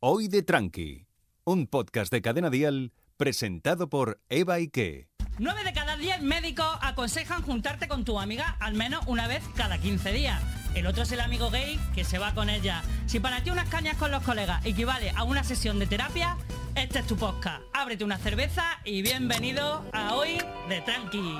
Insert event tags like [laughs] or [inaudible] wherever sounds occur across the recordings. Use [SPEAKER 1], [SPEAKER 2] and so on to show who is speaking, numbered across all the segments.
[SPEAKER 1] Hoy de Tranqui, un podcast de Cadena Dial presentado por Eva Ike.
[SPEAKER 2] 9 de cada 10 médicos aconsejan juntarte con tu amiga al menos una vez cada 15 días. El otro es el amigo gay que se va con ella. Si para ti unas cañas con los colegas equivale a una sesión de terapia, este es tu podcast. Ábrete una cerveza y bienvenido a Hoy de Tranqui.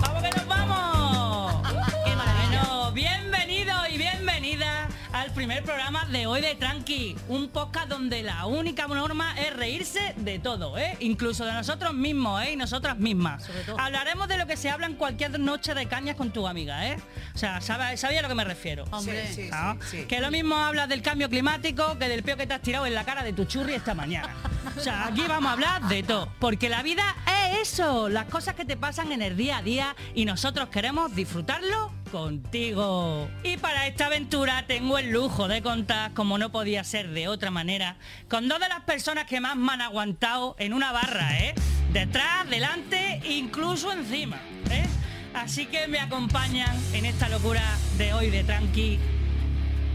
[SPEAKER 2] ¡Vamos que nos vamos! ¡Qué bueno, bienvenido y bienvenida al primer programa de hoy de Tranqui, un podcast donde la única norma es reírse de todo, ¿eh? incluso de nosotros mismos ¿eh? y nosotras mismas.
[SPEAKER 3] Sobre todo.
[SPEAKER 2] Hablaremos de lo que se habla en cualquier noche de cañas con tu amiga, ¿eh? O sea, sabe- sabía a lo que me refiero.
[SPEAKER 3] Hombre,
[SPEAKER 4] Sí, sí, sí,
[SPEAKER 2] ¿no?
[SPEAKER 4] sí.
[SPEAKER 2] Que lo mismo hablas del cambio climático que del peo que te has tirado en la cara de tu churri esta mañana. O sea, aquí vamos a hablar de todo. Porque la vida es eso, las cosas que te pasan en el día a día y nosotros queremos disfrutarlo contigo. Y para esta aventura tengo el lujo de contar, como no podía ser de otra manera, con dos de las personas que más me han aguantado en una barra, ¿eh? Detrás, delante, incluso encima, ¿eh? Así que me acompañan en esta locura de hoy de Tranqui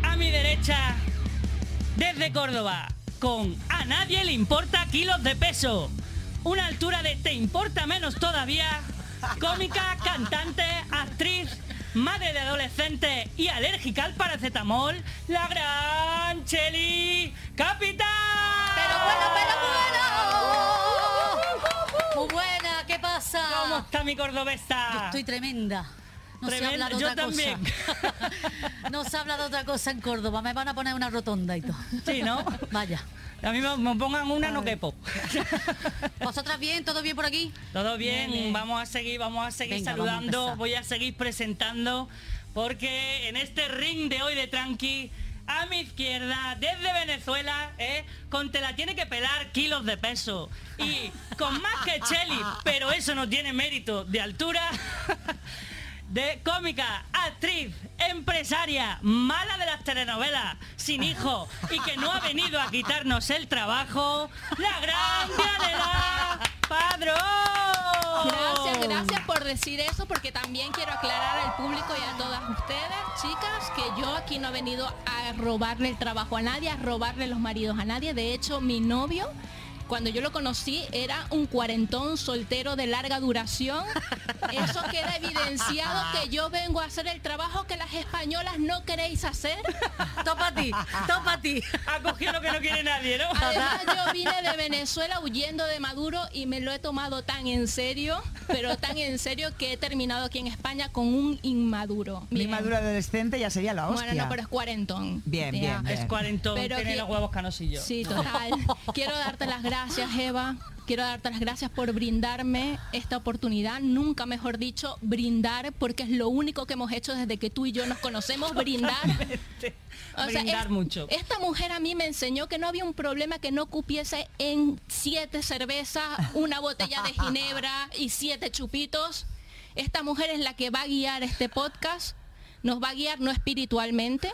[SPEAKER 2] a mi derecha, desde Córdoba, con A nadie le importa kilos de peso. Una altura de te importa menos todavía. Cómica, cantante, actriz, madre de adolescente y alérgica al paracetamol, la gran Cheli Capital.
[SPEAKER 3] Pero bueno, pero bueno. Muy buena, ¿qué pasa?
[SPEAKER 2] ¿Cómo está mi cordobesa?
[SPEAKER 3] Yo estoy tremenda. No se
[SPEAKER 2] Tremenda,
[SPEAKER 3] habla de
[SPEAKER 2] yo
[SPEAKER 3] otra
[SPEAKER 2] también.
[SPEAKER 3] cosa. [laughs] No se habla de otra cosa en Córdoba. Me van a poner una rotonda y todo.
[SPEAKER 2] Sí, ¿no?
[SPEAKER 3] Vaya.
[SPEAKER 2] A mí me, me pongan una, no quepo.
[SPEAKER 3] ¿Vosotras bien? ¿Todo bien por aquí?
[SPEAKER 2] Todo bien,
[SPEAKER 3] Bien, bien.
[SPEAKER 2] vamos a seguir, vamos a seguir
[SPEAKER 3] Venga, vamos a
[SPEAKER 2] saludando,
[SPEAKER 3] empezar.
[SPEAKER 2] voy a seguir presentando, porque en este ring de hoy de Tranqui, a mi izquierda, desde Venezuela, ¿eh? con te la tiene que pelar kilos de peso. Y con más que Cheli, pero eso no tiene mérito de altura. De cómica, actriz, empresaria, mala de las telenovelas, sin hijo y que no ha venido a quitarnos el trabajo, la gran Dianela Padrón.
[SPEAKER 5] Gracias, gracias por decir eso, porque también quiero aclarar al público y a todas ustedes, chicas, que yo aquí no he venido a robarle el trabajo a nadie, a robarle los maridos a nadie. De hecho, mi novio, cuando yo lo conocí, era un cuarentón soltero de larga duración. Eso queda evidenciado que yo vengo a hacer el trabajo que las españolas no queréis hacer.
[SPEAKER 3] Topa a ti, topa a ti.
[SPEAKER 2] Ha cogido lo que no quiere nadie, ¿no?
[SPEAKER 5] Además, yo vine de Venezuela huyendo de Maduro y me lo he tomado tan en serio, pero tan en serio que he terminado aquí en España con un inmaduro.
[SPEAKER 4] Mi
[SPEAKER 5] Bien.
[SPEAKER 4] madura adolescente ya sería la hostia.
[SPEAKER 5] Bueno, no, pero es cuarentón.
[SPEAKER 4] Bien,
[SPEAKER 5] Ya.
[SPEAKER 4] bien, bien.
[SPEAKER 2] Es cuarentón,
[SPEAKER 5] Pero
[SPEAKER 2] tiene
[SPEAKER 5] que-
[SPEAKER 2] los huevos canosillos. [laughs]
[SPEAKER 5] Sí, total. Quiero darte las gracias, Eva. Quiero darte las gracias por brindarme esta oportunidad. Nunca, mejor dicho, brindar, porque es lo único que hemos hecho desde que tú y yo nos conocemos, brindar. O sea,
[SPEAKER 2] Este, Brindar
[SPEAKER 5] es-
[SPEAKER 2] mucho.
[SPEAKER 5] Esta mujer a mí me enseñó que no había un problema que no cupiese en siete cervezas, una botella de ginebra y siete chupitos. Esta mujer es la que va a guiar este podcast. Nos va a guiar no
[SPEAKER 2] [laughs]
[SPEAKER 5] espiritualmente,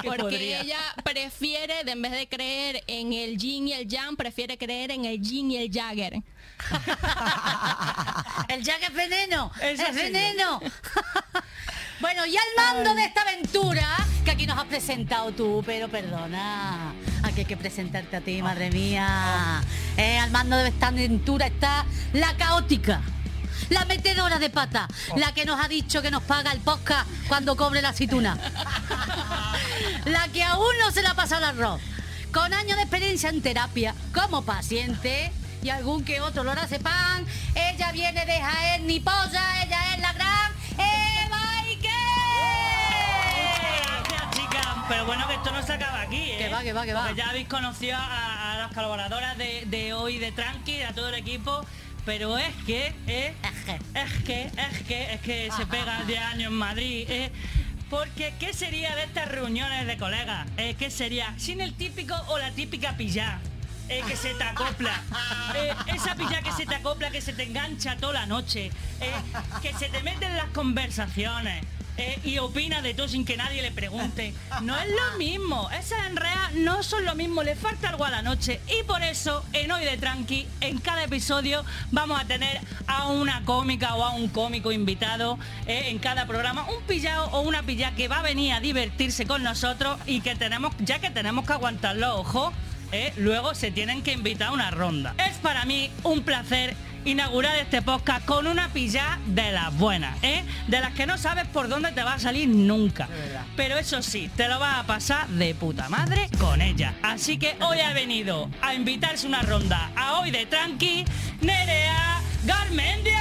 [SPEAKER 2] ¿Qué
[SPEAKER 5] porque
[SPEAKER 2] podría?
[SPEAKER 5] ella prefiere, de- en vez de creer en el yin y el yang, prefiere creer en el yin y el jagger.
[SPEAKER 3] El Jack es veneno,
[SPEAKER 2] Eso
[SPEAKER 3] es
[SPEAKER 2] sí.
[SPEAKER 3] veneno. [laughs] bueno, y al mando de esta aventura que aquí nos has presentado tú, pero perdona, aquí hay que presentarte a ti, madre mía. Eh, al mando de esta aventura está la caótica. La metedora de pata, la que nos ha dicho que nos paga el podcast cuando cobre la aceituna. la que aún no se la ha pasado el arroz. Con años de experiencia en terapia como paciente y algún que otro lo hace pan, ella viene de Jaén, ni polla, ella es la gran Eva Ike.
[SPEAKER 2] Gracias, chicas. Pero bueno, que esto no se acaba aquí, ¿eh?
[SPEAKER 3] Que va, que va, que va.
[SPEAKER 2] Porque ya habéis conocido a, a las colaboradoras de, de hoy de Tranqui, a todo el equipo. Pero es que, ¿eh?
[SPEAKER 3] Eje.
[SPEAKER 2] es que, es que, es que se pega 10 años en Madrid, ¿eh? Porque, ¿qué sería de estas reuniones de colegas? Eh, ¿Qué sería? Sin el típico o la típica pillá. eh, que se te acopla. Eh, esa pillá que se te acopla, que se te engancha toda la noche. eh, que se te mete en las conversaciones. eh, y opina de todo sin que nadie le pregunte. No es lo mismo. Esas enreas no son lo mismo, le falta algo a la noche. Y por eso, en Hoy de Tranqui, en cada episodio vamos a tener a una cómica o a un cómico invitado eh, en cada programa, un pillado o una pilla que va a venir a divertirse con nosotros y que tenemos, ya que tenemos que aguantar los ojos, eh, luego se tienen que invitar a una ronda. Es para mí un placer inaugurar este podcast con una pillá de las buenas, ¿eh? De las que no sabes por dónde te va a salir nunca. Pero eso sí, te lo vas a pasar de puta madre con ella. Así que hoy ha venido a invitarse una ronda a hoy de Tranqui, Nerea Garmendia.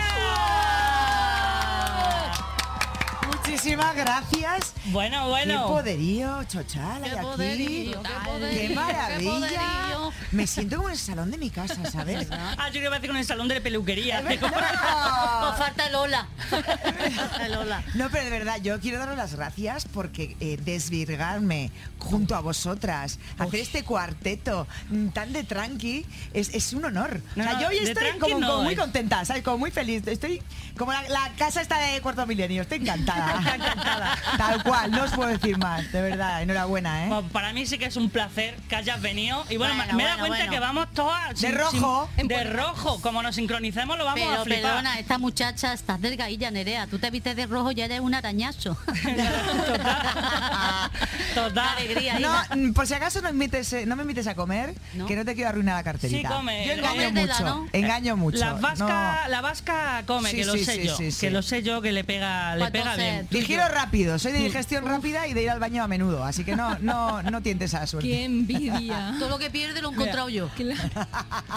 [SPEAKER 4] Muchísimas gracias.
[SPEAKER 2] Bueno,
[SPEAKER 4] Qué
[SPEAKER 2] bueno.
[SPEAKER 4] poderío, chochala,
[SPEAKER 3] Qué
[SPEAKER 4] y aquí.
[SPEAKER 3] poderío, qué poderío,
[SPEAKER 4] Qué
[SPEAKER 3] qué
[SPEAKER 4] maravilla.
[SPEAKER 3] poderío.
[SPEAKER 4] Me siento como en el salón de mi casa, ¿sabes?
[SPEAKER 2] Ah, yo que iba a decir con el salón de la peluquería.
[SPEAKER 4] Es
[SPEAKER 2] Ah.
[SPEAKER 4] verdad.
[SPEAKER 3] Pues falta Lola. falta Lola.
[SPEAKER 4] No, pero de verdad, yo quiero daros las gracias porque eh, desvirgarme junto a vosotras, hacer este cuarteto mm, tan de tranqui, es, es un honor.
[SPEAKER 2] No,
[SPEAKER 4] o sea,
[SPEAKER 2] no,
[SPEAKER 4] yo hoy
[SPEAKER 2] de
[SPEAKER 4] estoy
[SPEAKER 2] tranqui
[SPEAKER 4] como,
[SPEAKER 2] no,
[SPEAKER 4] como muy
[SPEAKER 2] eh.
[SPEAKER 4] contenta, ¿sabes? Como muy feliz. Estoy como la, la casa está de cuarto milenio, estoy
[SPEAKER 2] [laughs]
[SPEAKER 4] encantada. encantada. Tal cual, no os puedo decir más, de verdad, enhorabuena, ¿eh?
[SPEAKER 2] Bueno, Pues para mí sí que es un placer que hayas venido. Y bueno,
[SPEAKER 3] Bueno,
[SPEAKER 2] me he dado
[SPEAKER 3] bueno,
[SPEAKER 2] cuenta
[SPEAKER 3] bueno.
[SPEAKER 2] que vamos todas...
[SPEAKER 4] De rojo.
[SPEAKER 2] de rojo. Como nos sincronicemos lo vamos a
[SPEAKER 3] Pero
[SPEAKER 2] flipar.
[SPEAKER 3] perdona, esta muchacha estás delgadilla, Nerea. Tú te viste de rojo y eres un
[SPEAKER 2] [laughs]
[SPEAKER 3] arañazo.
[SPEAKER 2] [laughs] Total. Ah, Total.
[SPEAKER 3] Alegría,
[SPEAKER 4] No,
[SPEAKER 3] Ina.
[SPEAKER 4] mm, por si acaso no, invites, eh, no me invites a comer,
[SPEAKER 3] No.
[SPEAKER 4] que no te quiero arruinar la carterita.
[SPEAKER 2] Sí, come. Eh,
[SPEAKER 4] Yo engaño
[SPEAKER 3] Cómetela,
[SPEAKER 4] mucho,
[SPEAKER 3] ¿no?
[SPEAKER 4] engaño mucho.
[SPEAKER 2] La vasca,
[SPEAKER 4] no.
[SPEAKER 2] la vasca come,
[SPEAKER 4] Sí,
[SPEAKER 2] que lo
[SPEAKER 4] sí,
[SPEAKER 2] sé
[SPEAKER 4] sí,
[SPEAKER 2] yo.
[SPEAKER 4] sí, sí.
[SPEAKER 2] Que lo sé yo que le pega, le
[SPEAKER 3] Pues
[SPEAKER 2] pega
[SPEAKER 3] entonces,
[SPEAKER 2] bien.
[SPEAKER 3] tú-
[SPEAKER 4] Digiero rápido, soy de digestión rápida y de ir al baño a menudo, así que no, no, no tientes a la
[SPEAKER 2] Pues
[SPEAKER 4] suerte.
[SPEAKER 5] ¡Qué envidia!
[SPEAKER 2] [laughs]
[SPEAKER 3] Todo lo que pierde lo he encontrado yo.
[SPEAKER 5] Claro.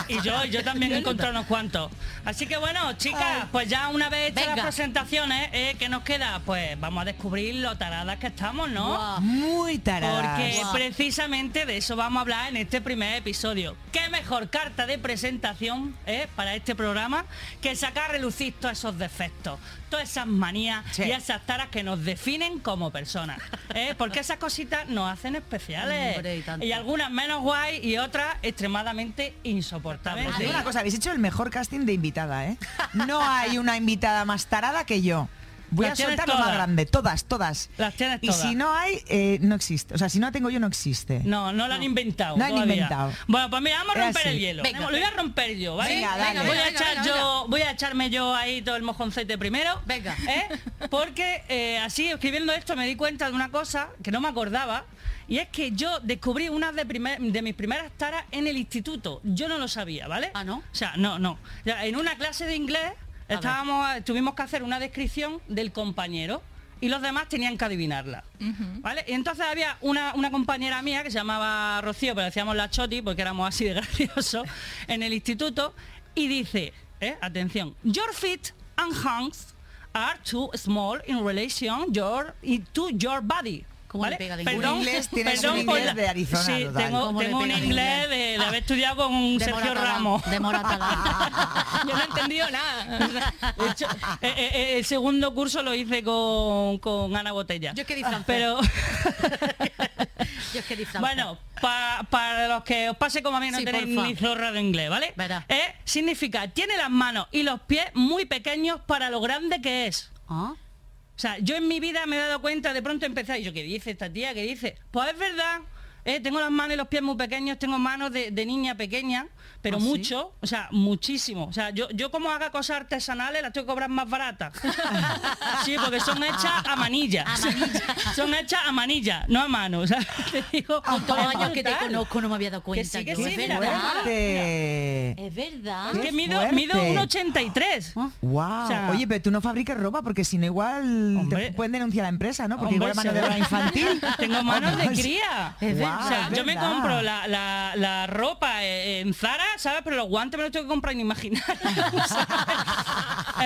[SPEAKER 2] Y yo, y yo también he encontrado unos cuantos. Así que bueno, chicas, pues ya una vez hechas las
[SPEAKER 3] Venga.
[SPEAKER 2] presentaciones, eh, ¿qué nos queda? Pues vamos a descubrir lo taradas que estamos, ¿no?
[SPEAKER 3] Guau.
[SPEAKER 4] Muy taradas.
[SPEAKER 2] Porque
[SPEAKER 3] Guau.
[SPEAKER 2] precisamente de eso vamos a hablar en este primer episodio. ¿Qué mejor carta de presentación eh, para este programa que sacar a relucir todos esos defectos, todas esas manías
[SPEAKER 4] Sí.
[SPEAKER 2] y esas taras que nos definen
[SPEAKER 3] [laughs]
[SPEAKER 2] como personas? eh, porque esas cositas nos hacen especiales.
[SPEAKER 3] Hombre, y tanto.
[SPEAKER 2] y algunas menos guay y otras extremadamente insoportables.
[SPEAKER 4] Os digo una cosa, habéis hecho el mejor casting de invitada, ¿eh? No hay una invitada más tarada que yo. Voy
[SPEAKER 2] Las
[SPEAKER 4] a
[SPEAKER 2] tienes
[SPEAKER 4] soltar lo más
[SPEAKER 2] todas.
[SPEAKER 4] grande, todas, todas.
[SPEAKER 2] Las tienes
[SPEAKER 4] y
[SPEAKER 2] todas.
[SPEAKER 4] si no hay, eh, no existe. O sea, si no la tengo yo, no existe.
[SPEAKER 2] No, no lo han inventado.
[SPEAKER 4] No han
[SPEAKER 2] todavía.
[SPEAKER 4] inventado.
[SPEAKER 2] Bueno, pues mira, vamos a
[SPEAKER 4] Es
[SPEAKER 2] romper el
[SPEAKER 4] así.
[SPEAKER 2] hielo.
[SPEAKER 3] Venga.
[SPEAKER 2] lo voy a romper yo, ¿vale?
[SPEAKER 4] Venga, dale.
[SPEAKER 2] Voy, a
[SPEAKER 3] Venga,
[SPEAKER 2] echar
[SPEAKER 3] venga,
[SPEAKER 2] yo, voy a echarme yo ahí todo el mojoncete primero.
[SPEAKER 3] Venga.
[SPEAKER 2] ¿eh? Porque eh, así, escribiendo esto, me di cuenta de una cosa que no me acordaba. Y es que yo descubrí una de, primer- de mis primeras taras en el instituto. Yo no lo sabía, ¿vale?
[SPEAKER 3] Ah, ¿no?
[SPEAKER 2] O sea, no, no. Ya, En una clase de inglés
[SPEAKER 3] ver.
[SPEAKER 2] estábamos, tuvimos que hacer una descripción del compañero y los demás tenían que adivinarla. ¿Vale? Y entonces había una, una compañera mía que se llamaba Rocío, pero decíamos la Choti porque éramos así de [laughs] graciosos, en el instituto, y dice, eh, atención, your feet and hands are too small in relation your, y to your body.
[SPEAKER 3] ¿Cómo le pega el inglés?
[SPEAKER 2] perdón,
[SPEAKER 4] Un inglés, tienes
[SPEAKER 2] perdón
[SPEAKER 4] un
[SPEAKER 2] por
[SPEAKER 4] inglés
[SPEAKER 2] la-
[SPEAKER 4] de Arizona,
[SPEAKER 2] Sí,
[SPEAKER 4] total.
[SPEAKER 2] tengo,
[SPEAKER 3] ¿Cómo le
[SPEAKER 2] tengo un
[SPEAKER 3] pega el
[SPEAKER 2] inglés
[SPEAKER 3] inglés? Ah.
[SPEAKER 2] de, de haber estudiado con un
[SPEAKER 3] De
[SPEAKER 2] Sergio
[SPEAKER 3] Moratalá,
[SPEAKER 2] Ramos.
[SPEAKER 3] De
[SPEAKER 2] [laughs]
[SPEAKER 3] ¿Ah? Moratalá.
[SPEAKER 5] Yo no he entendido nada.
[SPEAKER 2] De hecho, eh, eh, eh, el segundo curso lo hice con, con Ana Botella.
[SPEAKER 3] Yo es que di francés.
[SPEAKER 2] Pero
[SPEAKER 3] Yo es que disfrazé.
[SPEAKER 2] bueno, pa- para los que os pase como a mí no
[SPEAKER 3] Sí,
[SPEAKER 2] tenéis
[SPEAKER 3] porfa.
[SPEAKER 2] ni zorra de inglés, ¿vale?
[SPEAKER 3] Verá.
[SPEAKER 2] Eh, significa, tiene las manos y los pies muy pequeños para lo grande que es.
[SPEAKER 3] Ah,
[SPEAKER 2] O sea, yo en mi vida me he dado cuenta, de pronto empezar, y yo, ¿qué dice esta tía? ¿Qué dice? Pues es verdad, eh, tengo las manos y los pies muy pequeños, tengo manos de, de niña pequeña, pero
[SPEAKER 3] ¿Ah, sí?
[SPEAKER 2] mucho, o sea, muchísimo. O sea, yo, yo como haga cosas artesanales las tengo que cobrar más
[SPEAKER 3] [laughs]
[SPEAKER 2] baratas. sí, porque son hechas a manilla.
[SPEAKER 3] A manilla.
[SPEAKER 2] [laughs]
[SPEAKER 3] Ah,
[SPEAKER 2] son hechas a manilla, no a mano. O sea, [laughs] te digo,
[SPEAKER 3] con todos los años que te
[SPEAKER 2] brutal.
[SPEAKER 3] conozco no me había dado cuenta.
[SPEAKER 2] sí, que
[SPEAKER 3] yo.
[SPEAKER 2] sí,
[SPEAKER 3] es
[SPEAKER 2] mira,
[SPEAKER 3] verdad.
[SPEAKER 4] Fuerte.
[SPEAKER 3] Es verdad.
[SPEAKER 2] Es que
[SPEAKER 4] Qué
[SPEAKER 2] mido, mido
[SPEAKER 4] fuerte.
[SPEAKER 2] un 83.
[SPEAKER 3] Ah.
[SPEAKER 4] Wow.
[SPEAKER 2] O sea-
[SPEAKER 4] Oye, pero tú no fabricas ropa porque si no igual
[SPEAKER 2] Hombre.
[SPEAKER 4] te pueden denunciar a la empresa, ¿no? Porque
[SPEAKER 2] Hombre,
[SPEAKER 4] igual mano de
[SPEAKER 2] se ve.
[SPEAKER 4] obra infantil.
[SPEAKER 2] [laughs] Tengo manos de cría.
[SPEAKER 4] Es verdad,
[SPEAKER 2] O sea,
[SPEAKER 4] es
[SPEAKER 2] yo me
[SPEAKER 4] verdad.
[SPEAKER 2] compro la, la- la ropa eh, en Zara, ¿sabes? Pero los guantes me los tengo que comprar inimaginables. [laughs] ¿sabes?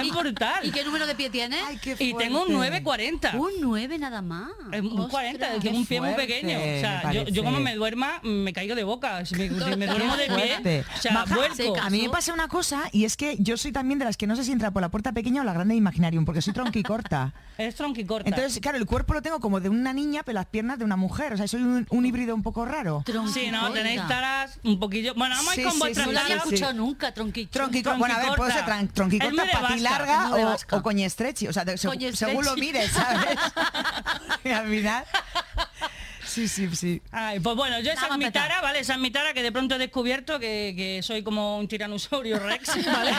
[SPEAKER 2] es brutal.
[SPEAKER 3] ¿Y qué número de pie tienes?
[SPEAKER 4] Ay, qué
[SPEAKER 2] ¿eh? Y tengo un
[SPEAKER 4] fuerte.
[SPEAKER 2] 940.
[SPEAKER 3] Un 9 nada más.
[SPEAKER 2] Eh, Un 40,
[SPEAKER 3] Ostras.
[SPEAKER 2] tengo un pie muy
[SPEAKER 4] fuerte,
[SPEAKER 2] pequeño. O sea,
[SPEAKER 4] me
[SPEAKER 2] yo, yo como
[SPEAKER 4] parece.
[SPEAKER 2] me duerma, mm, me caigo de boca. Si me, si me duermo de pie,
[SPEAKER 4] fuerte.
[SPEAKER 2] o sea,
[SPEAKER 3] Baja,
[SPEAKER 2] vuelco.
[SPEAKER 3] seca.
[SPEAKER 4] A mí me pasa una cosa y es que yo soy también de las que no sé si entra por la puerta pequeña o la grande de Imaginarium porque soy tronca y corta.
[SPEAKER 2] [laughs] Es tronquicorta.
[SPEAKER 4] Entonces, claro, el cuerpo lo tengo como de una niña, pero las piernas de una mujer. O sea, soy un, un híbrido un poco raro.
[SPEAKER 2] Sí, no, tenéis
[SPEAKER 3] Tronquicorta.
[SPEAKER 2] taras un poquillo. Bueno, vamos a ir
[SPEAKER 4] Sí,
[SPEAKER 2] con
[SPEAKER 4] sí,
[SPEAKER 2] vuestras
[SPEAKER 3] No la había
[SPEAKER 2] taras.
[SPEAKER 4] Sí, sí.
[SPEAKER 3] escuchado nunca, tronquicorta.
[SPEAKER 4] Tronquico, bueno, a ver, puede ser tran-
[SPEAKER 2] Tronquicorta. Es
[SPEAKER 4] tronquicorta,
[SPEAKER 2] muy de
[SPEAKER 4] pati
[SPEAKER 2] vasca,
[SPEAKER 4] larga
[SPEAKER 2] muy de
[SPEAKER 4] o,
[SPEAKER 2] vasca.
[SPEAKER 4] o coñestrechi. O sea, de- seg-
[SPEAKER 5] Coñestrechi.
[SPEAKER 4] según lo mires,
[SPEAKER 2] [laughs]
[SPEAKER 4] ¿sabes? Y al final. Sí, sí, sí.
[SPEAKER 2] Ay, pues bueno, yo esa
[SPEAKER 3] Nada
[SPEAKER 2] es mi
[SPEAKER 3] más petar.
[SPEAKER 2] tara, ¿vale? Esa es mi tara que de pronto he descubierto que, que soy como un
[SPEAKER 3] [laughs]
[SPEAKER 2] tiranosaurio rex, ¿vale?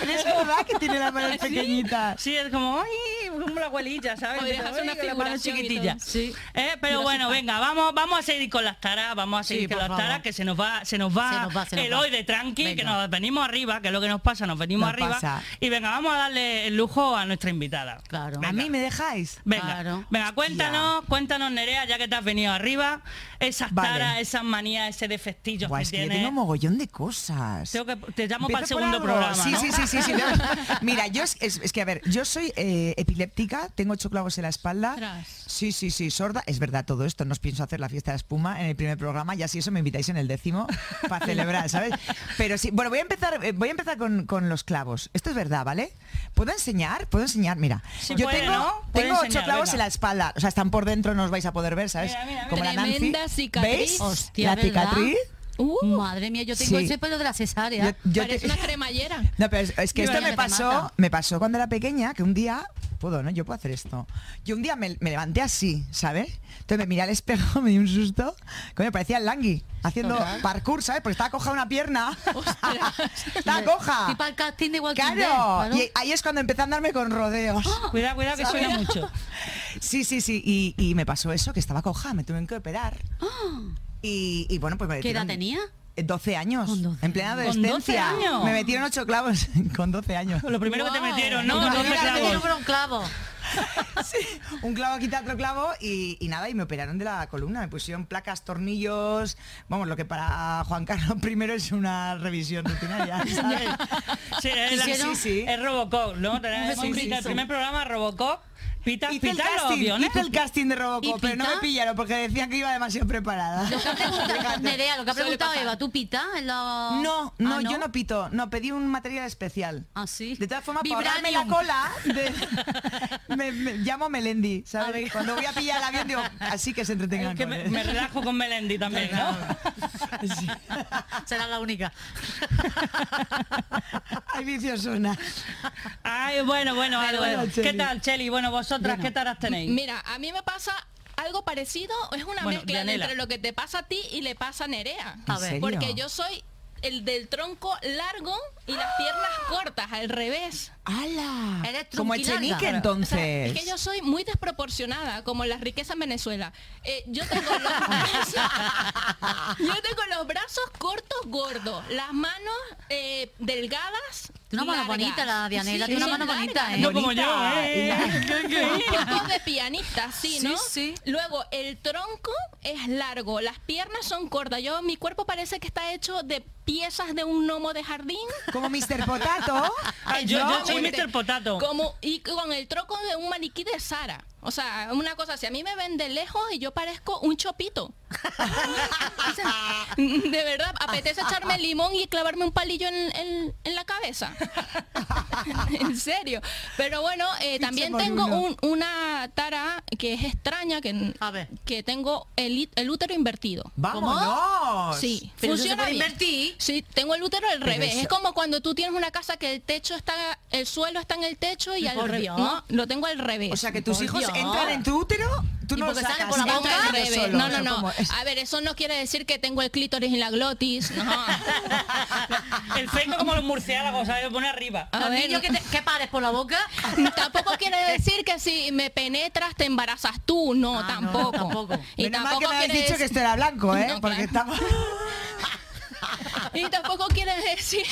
[SPEAKER 4] Pero es verdad que tiene las manos pequeñitas.
[SPEAKER 2] Sí, es como, ay, como la abuelita, ¿sabes?
[SPEAKER 5] Podrías
[SPEAKER 2] Pero,
[SPEAKER 5] hacer
[SPEAKER 2] ay,
[SPEAKER 5] una
[SPEAKER 2] con la mano
[SPEAKER 5] figuración y
[SPEAKER 2] chiquitilla.
[SPEAKER 5] todo. Sí.
[SPEAKER 2] Eh, Pero bueno, venga, vamos, vamos a seguir con las taras, vamos a seguir
[SPEAKER 3] Sí,
[SPEAKER 2] con
[SPEAKER 3] por
[SPEAKER 2] las
[SPEAKER 3] favor.
[SPEAKER 2] taras, que se nos va, se nos va,
[SPEAKER 3] Se nos va, se nos
[SPEAKER 2] el
[SPEAKER 3] va.
[SPEAKER 2] hoy de tranqui, que
[SPEAKER 3] Venga.
[SPEAKER 2] nos venimos arriba, que es lo que nos pasa, nos venimos
[SPEAKER 4] Nos
[SPEAKER 2] arriba.
[SPEAKER 4] pasa.
[SPEAKER 2] Y venga, vamos a darle el lujo a nuestra invitada.
[SPEAKER 3] Claro.
[SPEAKER 2] Venga.
[SPEAKER 4] ¿A mí me dejáis?
[SPEAKER 2] Venga,
[SPEAKER 3] Claro.
[SPEAKER 2] venga, cuéntanos, cuéntanos Nerea, ya que te has venido arriba, esas
[SPEAKER 4] Vale.
[SPEAKER 2] taras, esas manías, ese defectillo
[SPEAKER 4] Buah,
[SPEAKER 2] que
[SPEAKER 4] es que yo
[SPEAKER 2] tienes.
[SPEAKER 4] tengo mogollón de cosas.
[SPEAKER 2] Tengo que- te llamo para el
[SPEAKER 4] Empiezo por
[SPEAKER 2] segundo
[SPEAKER 4] algo.
[SPEAKER 2] programa.
[SPEAKER 4] Sí,
[SPEAKER 2] ¿no?
[SPEAKER 4] sí, sí, sí, sí, no. [laughs] Mira, yo es, es- es que a ver, yo soy eh, epiléptica, tengo ocho clavos en la espalda.
[SPEAKER 5] Ostras.
[SPEAKER 4] Sí, sí, sí, sorda. Es verdad todo esto. No os pienso hacer la fiesta de la espuma en el primer programa, ya si eso me invitáis en el décimo
[SPEAKER 2] [laughs]
[SPEAKER 4] para celebrar, ¿sabes? Pero sí, bueno, voy a empezar, eh, voy a empezar con, con los clavos. Esto es verdad, ¿vale? ¿Puedo enseñar? ¿Puedo enseñar? Mira,
[SPEAKER 2] Sí,
[SPEAKER 4] yo
[SPEAKER 2] puede,
[SPEAKER 4] tengo,
[SPEAKER 2] ¿no? Puede
[SPEAKER 4] tengo ocho
[SPEAKER 2] enseñar,
[SPEAKER 4] clavos
[SPEAKER 2] venga.
[SPEAKER 4] en la espalda. O sea, están por dentro, no os vais a poder ver, ¿sabes?
[SPEAKER 2] Mira, mira, mira.
[SPEAKER 4] Como la
[SPEAKER 5] Tremenda
[SPEAKER 4] Nancy.
[SPEAKER 5] cicatriz.
[SPEAKER 4] ¿Veis?
[SPEAKER 3] Hostia,
[SPEAKER 4] la cicatriz.
[SPEAKER 5] Uh,
[SPEAKER 3] Madre mía, yo tengo
[SPEAKER 4] Sí.
[SPEAKER 3] ese pelo de la cesárea.
[SPEAKER 4] Yo- yo
[SPEAKER 5] parece
[SPEAKER 4] te-
[SPEAKER 5] una cremallera.
[SPEAKER 4] No, pero es, es que
[SPEAKER 3] Yo
[SPEAKER 4] esto
[SPEAKER 3] ya
[SPEAKER 4] me
[SPEAKER 3] te
[SPEAKER 4] pasó,
[SPEAKER 3] mata.
[SPEAKER 4] me pasó cuando era pequeña, que un día, puedo, ¿no? Yo puedo hacer esto. Yo un día me, me levanté así, ¿sabes? Entonces me miré al espejo, [laughs] me di un susto, que me parecía el langui, haciendo
[SPEAKER 3] Total.
[SPEAKER 4] parkour, ¿sabes? Porque estaba coja una pierna.
[SPEAKER 5] Ostras.
[SPEAKER 4] [laughs] estaba coja.
[SPEAKER 3] Tipo el casting de Walking Dead, Ah.
[SPEAKER 4] Claro, y ahí es cuando empecé a andarme con rodeos.
[SPEAKER 2] Cuidado, cuidado que suena mucho.
[SPEAKER 4] Sí, sí, sí, y, y me pasó eso, que estaba coja, me tuve que operar. Y, y bueno, pues me
[SPEAKER 3] Ah. ¿Qué edad
[SPEAKER 4] metieron-
[SPEAKER 3] tenía?
[SPEAKER 4] Eh, 12 años,
[SPEAKER 3] Con 12
[SPEAKER 4] en plena
[SPEAKER 2] años. ¿Con 12
[SPEAKER 4] adolescencia.
[SPEAKER 2] años?
[SPEAKER 4] Me metieron ocho clavos [laughs] con 12 años.
[SPEAKER 2] Lo primero que te
[SPEAKER 5] Guau.
[SPEAKER 2] metieron, ¿no?
[SPEAKER 3] No,
[SPEAKER 2] No
[SPEAKER 3] no,
[SPEAKER 2] te
[SPEAKER 3] mira,
[SPEAKER 2] clavos.
[SPEAKER 3] me dieron por un clavo.
[SPEAKER 4] Sí, un clavo quita otro clavo y, y nada, y me operaron de la columna, me pusieron placas, tornillos, vamos, lo que para Juan Carlos [laughs] I es una revisión rutinaria, ¿sabes?
[SPEAKER 2] Sí, es, la-
[SPEAKER 4] Hicieron-
[SPEAKER 2] sí, sí. es Robocop, ¿no? Tenemos
[SPEAKER 3] Sí, sí,
[SPEAKER 2] el
[SPEAKER 3] sí.
[SPEAKER 2] primer programa Robocop. Pita,
[SPEAKER 4] Hice el,
[SPEAKER 2] pita los
[SPEAKER 4] casting,
[SPEAKER 2] aviones.
[SPEAKER 4] hice el casting de
[SPEAKER 3] ¿Y
[SPEAKER 4] Robocop, pero no
[SPEAKER 3] pita?
[SPEAKER 4] me pillaron porque decían que iba demasiado preparada.
[SPEAKER 3] Lo que ha
[SPEAKER 4] [laughs]
[SPEAKER 3] preguntado, Nerea, lo que ha
[SPEAKER 5] Suele
[SPEAKER 3] preguntado
[SPEAKER 5] pasar.
[SPEAKER 3] Eva, ¿tú pita? en la-
[SPEAKER 4] No, no,
[SPEAKER 3] Ah,
[SPEAKER 4] yo no pito, no, pedí un material especial.
[SPEAKER 3] Ah, sí.
[SPEAKER 4] De todas formas, para ahorrarme la
[SPEAKER 3] Vibranium.
[SPEAKER 4] cola, de- [laughs] me, me- llamo Melendi,
[SPEAKER 3] A ver.
[SPEAKER 4] ¿sabes? Cuando voy a pillar el avión digo, así que se entretengan
[SPEAKER 2] [laughs] Es que
[SPEAKER 4] con
[SPEAKER 2] me,
[SPEAKER 4] él.
[SPEAKER 2] me relajo con Melendi también, ¿no?
[SPEAKER 4] Sí.
[SPEAKER 3] Ah, Será la única.
[SPEAKER 4] [laughs] Ay, viciosona.
[SPEAKER 2] Ay, bueno, bueno,
[SPEAKER 4] Pero
[SPEAKER 2] algo.
[SPEAKER 4] bueno,
[SPEAKER 2] ¿Qué
[SPEAKER 4] Cheli.
[SPEAKER 2] tal, Cheli? Bueno, vosotras, ¿qué taras tenéis?
[SPEAKER 5] Mira, a mí me pasa algo parecido, es una
[SPEAKER 2] Bueno,
[SPEAKER 5] mezcla
[SPEAKER 2] Yanela.
[SPEAKER 5] entre lo que te pasa a ti y le pasa a Nerea.
[SPEAKER 3] A ver.
[SPEAKER 4] ¿En serio?
[SPEAKER 5] Porque yo soy el del tronco largo y las piernas
[SPEAKER 2] Ah.
[SPEAKER 5] cortas, al revés.
[SPEAKER 4] ¡Hala!
[SPEAKER 3] Eres
[SPEAKER 4] Como
[SPEAKER 3] trunquilarga.
[SPEAKER 4] Echenique,
[SPEAKER 5] O
[SPEAKER 4] entonces.
[SPEAKER 5] sea, es que yo soy muy desproporcionada, como la riqueza en Venezuela. Eh, yo, tengo los
[SPEAKER 2] [laughs]
[SPEAKER 5] brazos, yo tengo los brazos cortos, gordos, las manos eh, delgadas.
[SPEAKER 3] Tiene una mano
[SPEAKER 5] largas.
[SPEAKER 3] bonita la Dianela, tiene
[SPEAKER 5] Sí,
[SPEAKER 3] una mano
[SPEAKER 5] largas.
[SPEAKER 3] bonita, ¿eh?
[SPEAKER 2] no como yo,
[SPEAKER 4] bonita. [laughs]
[SPEAKER 2] ¿eh? ¿Qué- qué?
[SPEAKER 5] Un poco de pianista, sí,
[SPEAKER 3] Sí,
[SPEAKER 5] ¿no?
[SPEAKER 3] sí.
[SPEAKER 5] Luego, el tronco es largo, las piernas son cortas. Yo, mi cuerpo parece que está hecho de piezas de un gnomo de jardín.
[SPEAKER 3] [laughs]
[SPEAKER 4] Como Mr. Potato.
[SPEAKER 3] Ah,
[SPEAKER 2] Ay, yo, yo soy
[SPEAKER 5] Exactamente.
[SPEAKER 2] Mr. Potato.
[SPEAKER 5] Como, y con el tronco de un maniquí de Sara. O sea, una cosa, si a mí me ven de lejos y yo parezco un chopito. O sea, de verdad, apetece echarme limón y clavarme un palillo en, en- en la cabeza. [laughs] en serio. Pero bueno, eh, también
[SPEAKER 4] Picha
[SPEAKER 5] tengo
[SPEAKER 4] moruno.
[SPEAKER 5] un- una tara que es extraña, que,
[SPEAKER 3] A ver.
[SPEAKER 5] que tengo el, í- el útero invertido.
[SPEAKER 4] ¡Vámonos!
[SPEAKER 5] Sí,
[SPEAKER 3] Pero eso se
[SPEAKER 5] funciona
[SPEAKER 3] puede
[SPEAKER 5] bien.
[SPEAKER 3] invertir.
[SPEAKER 5] Sí, tengo el útero al revés.
[SPEAKER 4] eso-
[SPEAKER 5] Es como cuando tú tienes una casa que el techo está, el suelo está en el techo y
[SPEAKER 3] Ay,
[SPEAKER 5] al
[SPEAKER 3] por
[SPEAKER 5] revés.
[SPEAKER 3] Dios.
[SPEAKER 5] No, lo tengo al revés.
[SPEAKER 4] O sea, que tus
[SPEAKER 3] Por
[SPEAKER 4] hijos
[SPEAKER 3] Dios.
[SPEAKER 4] entran en tu útero, tú
[SPEAKER 3] ¿Y
[SPEAKER 4] no lo
[SPEAKER 3] porque salen
[SPEAKER 4] sacas.
[SPEAKER 3] por la
[SPEAKER 5] Está
[SPEAKER 4] Entran
[SPEAKER 5] al
[SPEAKER 3] boca?
[SPEAKER 5] revés.
[SPEAKER 4] ellos solos,
[SPEAKER 5] No, no,
[SPEAKER 4] o
[SPEAKER 5] no.
[SPEAKER 4] como-
[SPEAKER 5] A ver, eso no quiere decir que tengo el clítoris en la glotis. No. [laughs]
[SPEAKER 2] El fresco como los murciélagos, ¿sabes? Lo pone arriba.
[SPEAKER 5] A
[SPEAKER 3] Los
[SPEAKER 5] ver,
[SPEAKER 3] niños que, te- que pares por la
[SPEAKER 4] [laughs]
[SPEAKER 3] boca.
[SPEAKER 5] Tampoco quiere decir que si me penetras te embarazas tú. No,
[SPEAKER 3] Ah, no,
[SPEAKER 5] tampoco.
[SPEAKER 3] tampoco.
[SPEAKER 5] Y
[SPEAKER 4] Menos mal
[SPEAKER 5] tampoco
[SPEAKER 4] que me habéis
[SPEAKER 5] quiere
[SPEAKER 4] dicho que
[SPEAKER 5] decir-
[SPEAKER 4] esto era blanco, ¿eh?
[SPEAKER 5] No,
[SPEAKER 4] Porque
[SPEAKER 5] claro.
[SPEAKER 4] estamos...
[SPEAKER 3] [laughs]
[SPEAKER 5] [laughs] Y tampoco quiere decir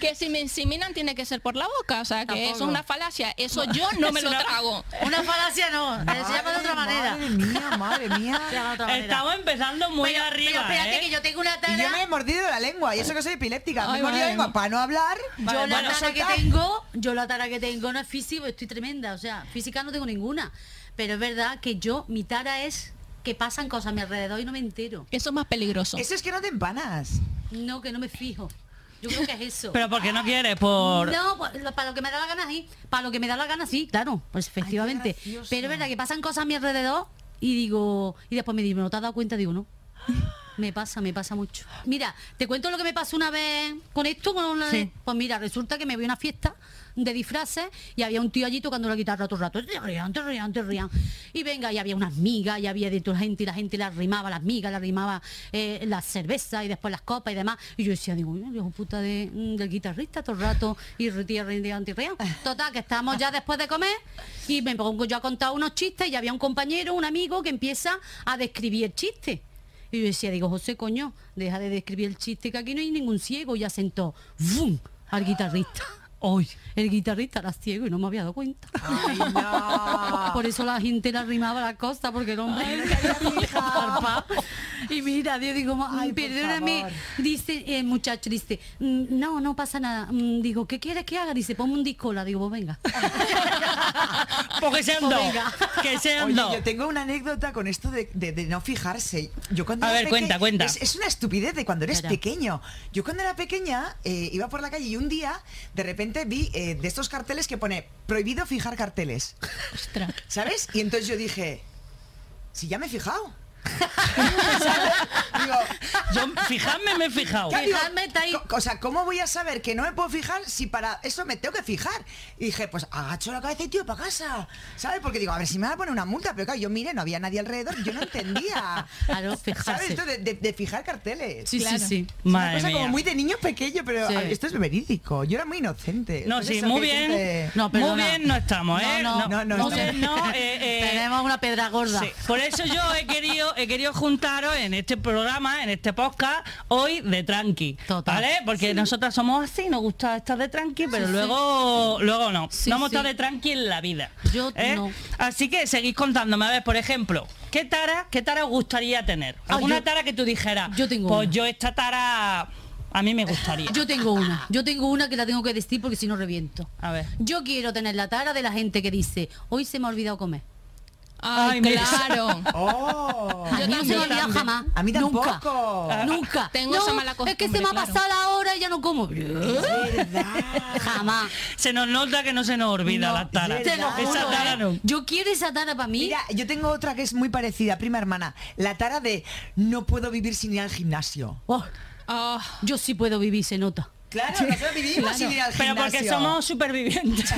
[SPEAKER 5] que si me inseminan tiene que ser por la boca. O sea, que eso
[SPEAKER 3] Tampoco.
[SPEAKER 5] es una falacia. Eso yo no me
[SPEAKER 2] Es
[SPEAKER 5] lo
[SPEAKER 2] una-
[SPEAKER 4] [laughs]
[SPEAKER 5] trago.
[SPEAKER 3] Una falacia no, eh, se llama de otra manera.
[SPEAKER 4] Madre mía, madre
[SPEAKER 3] [laughs] Se llama
[SPEAKER 4] mía.
[SPEAKER 3] de otra manera.
[SPEAKER 2] Estamos empezando muy
[SPEAKER 3] Pero-
[SPEAKER 2] arriba,
[SPEAKER 3] Pero espérate
[SPEAKER 2] ¿eh?
[SPEAKER 3] que yo tengo una
[SPEAKER 4] Y yo me he
[SPEAKER 3] tara.
[SPEAKER 4] mordido la lengua, y eso que soy epiléptica. me
[SPEAKER 5] Ay,
[SPEAKER 4] he mordido la
[SPEAKER 5] madre
[SPEAKER 4] lengua
[SPEAKER 5] mía.
[SPEAKER 4] para no hablar.
[SPEAKER 3] Yo
[SPEAKER 2] Vale,
[SPEAKER 3] la
[SPEAKER 2] bueno,
[SPEAKER 3] tara que
[SPEAKER 4] soltar.
[SPEAKER 3] tengo, yo la tara que tengo no es físico, estoy tremenda, o sea, física no tengo ninguna. Pero es verdad que yo, mi tara es que pasan cosas a mi alrededor y no me entero.
[SPEAKER 5] Eso es más peligroso.
[SPEAKER 4] Eso es que no te empanas.
[SPEAKER 3] No, que no me fijo. Yo creo que es eso.
[SPEAKER 2] Pero porque no quieres, por...
[SPEAKER 3] No, pues, lo- para lo que me da la gana sí. Para lo que me da la gana sí, claro. Pues efectivamente.
[SPEAKER 4] gracioso.
[SPEAKER 3] Pero es verdad que pasan cosas a mi alrededor Y digo, y después me dice, ¿no te has dado cuenta? Digo, no. Me pasa, me pasa mucho. Mira, te cuento lo que me pasó una vez con esto. Con una
[SPEAKER 2] Sí.
[SPEAKER 3] vez. Pues mira, resulta que me voy a una fiesta de disfraces y había un tío allí tocando la guitarra todo el rato. Rían, te rían, te rían. Y venga, y había unas migas, y había de toda la gente, y la gente la rimaba, las migas, la rimaba eh, la cerveza y después las copas y demás. Y yo decía, digo, "Uy, hijo puta de, mm, del guitarrista todo el rato y rían, rían, rían. Total, que estábamos ya después de comer y me pongo yo a contar unos chistes y había un compañero, un amigo que empieza a describir el chiste. Y yo decía, digo, José, coño, deja de describir el chiste que aquí no hay ningún ciego. Y asentó, ¡vum! al guitarrista. Hoy, el guitarrista era ciego y no me había dado cuenta. [laughs] Por eso la gente le arrimaba la costa, porque el hombre zarpado. Y mira, Dios digo,
[SPEAKER 4] Ay, por
[SPEAKER 3] perdóname,
[SPEAKER 4] favor.
[SPEAKER 3] dice el muchacho, dice, "Mm, no, no pasa nada. Mm, Digo, ¿qué quieres que haga? Dice, ponme un discola. Digo, pues venga. [laughs]
[SPEAKER 2] Porque sean
[SPEAKER 3] Pues
[SPEAKER 2] dos.
[SPEAKER 3] venga.
[SPEAKER 2] Que sean
[SPEAKER 4] Oye,
[SPEAKER 2] dos.
[SPEAKER 4] yo tengo una anécdota con esto de, de- de no fijarse. Yo cuando
[SPEAKER 2] A
[SPEAKER 4] era
[SPEAKER 2] ver, cuenta, cuenta.
[SPEAKER 4] Es, es una estupidez de cuando eres
[SPEAKER 3] Espera.
[SPEAKER 4] pequeño. Yo cuando era pequeña eh, iba por la calle y un día de repente vi eh, de estos carteles que pone prohibido fijar carteles.
[SPEAKER 5] Ostras.
[SPEAKER 4] ¿Sabes? Y entonces yo dije, si ya me he fijado. [laughs] ¿Sabes? Digo,
[SPEAKER 2] Yo, fijadme, me he fijado.
[SPEAKER 4] claro, digo,
[SPEAKER 3] Fijarme está ahí.
[SPEAKER 4] co- O sea, ¿cómo voy a saber que no me puedo fijar si para eso me tengo que fijar? Y dije, pues agacho la cabeza y tío, para casa. ¿Sabes? Porque digo, a ver si me van a poner una multa. Pero claro, yo mire, no había nadie alrededor, yo
[SPEAKER 2] [laughs]
[SPEAKER 4] no entendía.
[SPEAKER 3] Claro,
[SPEAKER 4] ¿Sabes?
[SPEAKER 3] fijarse.
[SPEAKER 4] Esto de, de- de fijar carteles.
[SPEAKER 3] Sí,
[SPEAKER 5] Claro.
[SPEAKER 3] sí, sí.
[SPEAKER 4] Es una
[SPEAKER 2] Madre
[SPEAKER 4] cosa
[SPEAKER 2] mía.
[SPEAKER 4] como muy de niño pequeño, pero
[SPEAKER 3] Sí.
[SPEAKER 4] a ver, esto es verídico. Yo era muy inocente.
[SPEAKER 2] No,
[SPEAKER 4] Entonces,
[SPEAKER 2] sí,
[SPEAKER 4] eso
[SPEAKER 2] muy
[SPEAKER 4] que
[SPEAKER 2] bien.
[SPEAKER 4] siempre-
[SPEAKER 3] No,
[SPEAKER 2] muy
[SPEAKER 3] perdona.
[SPEAKER 2] bien no estamos, ¿eh?
[SPEAKER 3] No, no,
[SPEAKER 4] no, no,
[SPEAKER 2] Muy
[SPEAKER 4] no.
[SPEAKER 2] bien no, eh, eh,
[SPEAKER 3] [laughs] Tenemos una pedra gorda.
[SPEAKER 2] Sí, Por eso yo he querido, he querido juntaros en este programa, en este podcast, hoy de tranqui.
[SPEAKER 3] Total.
[SPEAKER 2] ¿Vale? Porque nosotras somos así, nos gusta estar de tranqui, pero luego, luego no.
[SPEAKER 3] Sí,
[SPEAKER 2] no hemos
[SPEAKER 3] sí.
[SPEAKER 2] estado de tranqui en la vida. ¿eh?
[SPEAKER 3] Yo no.
[SPEAKER 2] Así que seguís contándome. A ver, por ejemplo, ¿qué tara, qué tara os gustaría tener?
[SPEAKER 3] Ah,
[SPEAKER 2] ¿Alguna
[SPEAKER 3] yo-
[SPEAKER 2] tara que tú dijeras?
[SPEAKER 3] yo tengo
[SPEAKER 2] Pues
[SPEAKER 3] una".
[SPEAKER 2] yo esta tara a mí me gustaría.
[SPEAKER 3] Yo tengo una, yo tengo una que la tengo que decir porque si no reviento.
[SPEAKER 2] A ver.
[SPEAKER 3] Yo quiero tener la tara de la gente que dice, hoy se me ha olvidado comer.
[SPEAKER 5] Ay,
[SPEAKER 2] Ay, mira.
[SPEAKER 5] claro.
[SPEAKER 4] ¡Oh!
[SPEAKER 3] A mí no se me ha
[SPEAKER 5] también.
[SPEAKER 3] olvidado jamás.
[SPEAKER 4] A mí tampoco.
[SPEAKER 3] Nunca. Nunca.
[SPEAKER 5] Tengo
[SPEAKER 3] No,
[SPEAKER 5] esa mala
[SPEAKER 3] Es que se
[SPEAKER 5] costumbre,
[SPEAKER 3] me ha
[SPEAKER 5] claro.
[SPEAKER 3] pasado la hora y ya no como.
[SPEAKER 4] ¿Verdad?
[SPEAKER 3] Jamás.
[SPEAKER 2] Se nos nota que no se nos olvida
[SPEAKER 4] No,
[SPEAKER 2] la tara.
[SPEAKER 4] ¿verdad?
[SPEAKER 3] Te lo juro,
[SPEAKER 2] Esa tara
[SPEAKER 3] ¿eh?
[SPEAKER 2] no.
[SPEAKER 3] Yo quiero esa tara para mí.
[SPEAKER 4] Mira, yo tengo otra que es muy parecida, prima hermana. La tara de no puedo vivir sin ir al gimnasio.
[SPEAKER 3] Oh,
[SPEAKER 5] Oh,
[SPEAKER 3] yo sí puedo vivir, se nota.
[SPEAKER 4] Claro, nosotros vivimos sin ir al
[SPEAKER 2] Pero
[SPEAKER 4] gimnasio.
[SPEAKER 2] porque
[SPEAKER 3] [laughs]
[SPEAKER 2] somos supervivientes.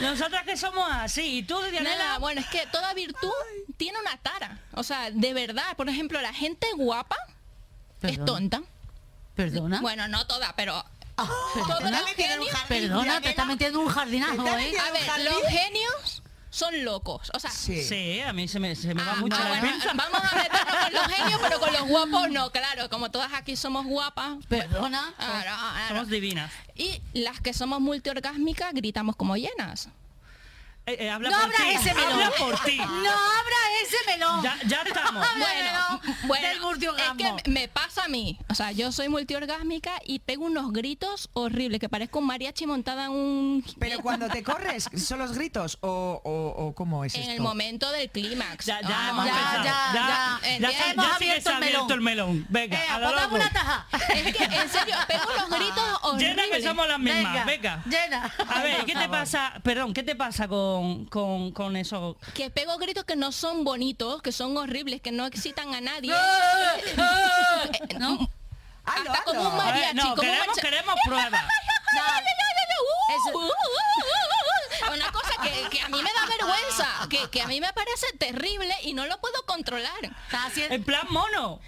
[SPEAKER 2] Nosotras que somos así. ¿Y tú,
[SPEAKER 5] nada,
[SPEAKER 2] Dianela?
[SPEAKER 5] bueno, es que toda virtud tiene una tara. O sea, de verdad, por ejemplo, la gente guapa
[SPEAKER 3] Perdona.
[SPEAKER 5] es tonta.
[SPEAKER 3] Perdona.
[SPEAKER 5] Bueno, no toda, pero
[SPEAKER 3] perdona,
[SPEAKER 5] todos los genios-
[SPEAKER 3] Perdona, te está metiendo en un jardinazo,
[SPEAKER 4] Te está
[SPEAKER 3] ¿eh?
[SPEAKER 4] metiendo-
[SPEAKER 5] A ver, los genios son locos. O sea,
[SPEAKER 4] Sí.
[SPEAKER 2] Sí, a mí se me, se me va
[SPEAKER 5] Ah,
[SPEAKER 2] mucho
[SPEAKER 5] ah,
[SPEAKER 2] la
[SPEAKER 5] bueno,
[SPEAKER 2] pinza.
[SPEAKER 5] Vamos a meternos con los genios, pero con los guapos no, claro, como todas aquí somos guapas.
[SPEAKER 3] Perdona.
[SPEAKER 5] Claro, claro.
[SPEAKER 2] Somos divinas.
[SPEAKER 5] Y las que somos multiorgásmicas gritamos como llenas.
[SPEAKER 2] Eh, eh, habla
[SPEAKER 3] No
[SPEAKER 2] por
[SPEAKER 3] abra
[SPEAKER 2] ti.
[SPEAKER 3] ese melón.
[SPEAKER 2] Habla por ti.
[SPEAKER 3] No abra ese melón.
[SPEAKER 2] Ya, ya estamos.
[SPEAKER 3] Habla
[SPEAKER 5] Bueno,
[SPEAKER 3] del
[SPEAKER 5] bueno,
[SPEAKER 3] multiorgasmo.
[SPEAKER 5] es que me pasa a mí. O sea, yo soy multiorgásmica y pego unos gritos horribles que parezco un mariachi montada en un...
[SPEAKER 4] Pero cuando te corres, ¿son los gritos o, o- o cómo es
[SPEAKER 5] en
[SPEAKER 4] esto?
[SPEAKER 5] el momento del clímax.
[SPEAKER 2] Ya, ya,
[SPEAKER 5] Ah,
[SPEAKER 2] hemos
[SPEAKER 3] ya, ya,
[SPEAKER 2] empezado. Ya,
[SPEAKER 5] ya.
[SPEAKER 2] ya, se-
[SPEAKER 3] Hemos
[SPEAKER 2] ya sí que
[SPEAKER 3] abierto
[SPEAKER 2] se ha
[SPEAKER 3] el melón.
[SPEAKER 2] abierto el melón. Venga,
[SPEAKER 3] Eh,
[SPEAKER 2] a lo
[SPEAKER 3] pongamos
[SPEAKER 2] loco.
[SPEAKER 3] una taja.
[SPEAKER 5] Es que, en serio, pego unos gritos horribles.
[SPEAKER 2] Llena que somos las mismas. Venga.
[SPEAKER 3] Llena.
[SPEAKER 2] A ver,
[SPEAKER 3] Por
[SPEAKER 2] ¿qué te
[SPEAKER 3] favor.
[SPEAKER 2] pasa? Perdón, ¿qué te pasa con, con, con eso?
[SPEAKER 5] Que pego gritos que no son bonitos, que son horribles, que no excitan a nadie. Eh,
[SPEAKER 3] ¿No?
[SPEAKER 4] Hazlo,
[SPEAKER 5] hasta como
[SPEAKER 4] hazlo.
[SPEAKER 5] un
[SPEAKER 2] A ver,
[SPEAKER 5] Mariachi,
[SPEAKER 2] no,
[SPEAKER 5] ¿cómo
[SPEAKER 2] queremos,
[SPEAKER 5] marcha-
[SPEAKER 2] queremos pruebas.
[SPEAKER 5] No.
[SPEAKER 3] Eso-
[SPEAKER 5] Uh, uh, uh, uh. Una cosa que, que a mí me da vergüenza, que, que a mí me parece terrible y no lo puedo controlar.
[SPEAKER 3] Está haciendo...
[SPEAKER 2] En plan mono.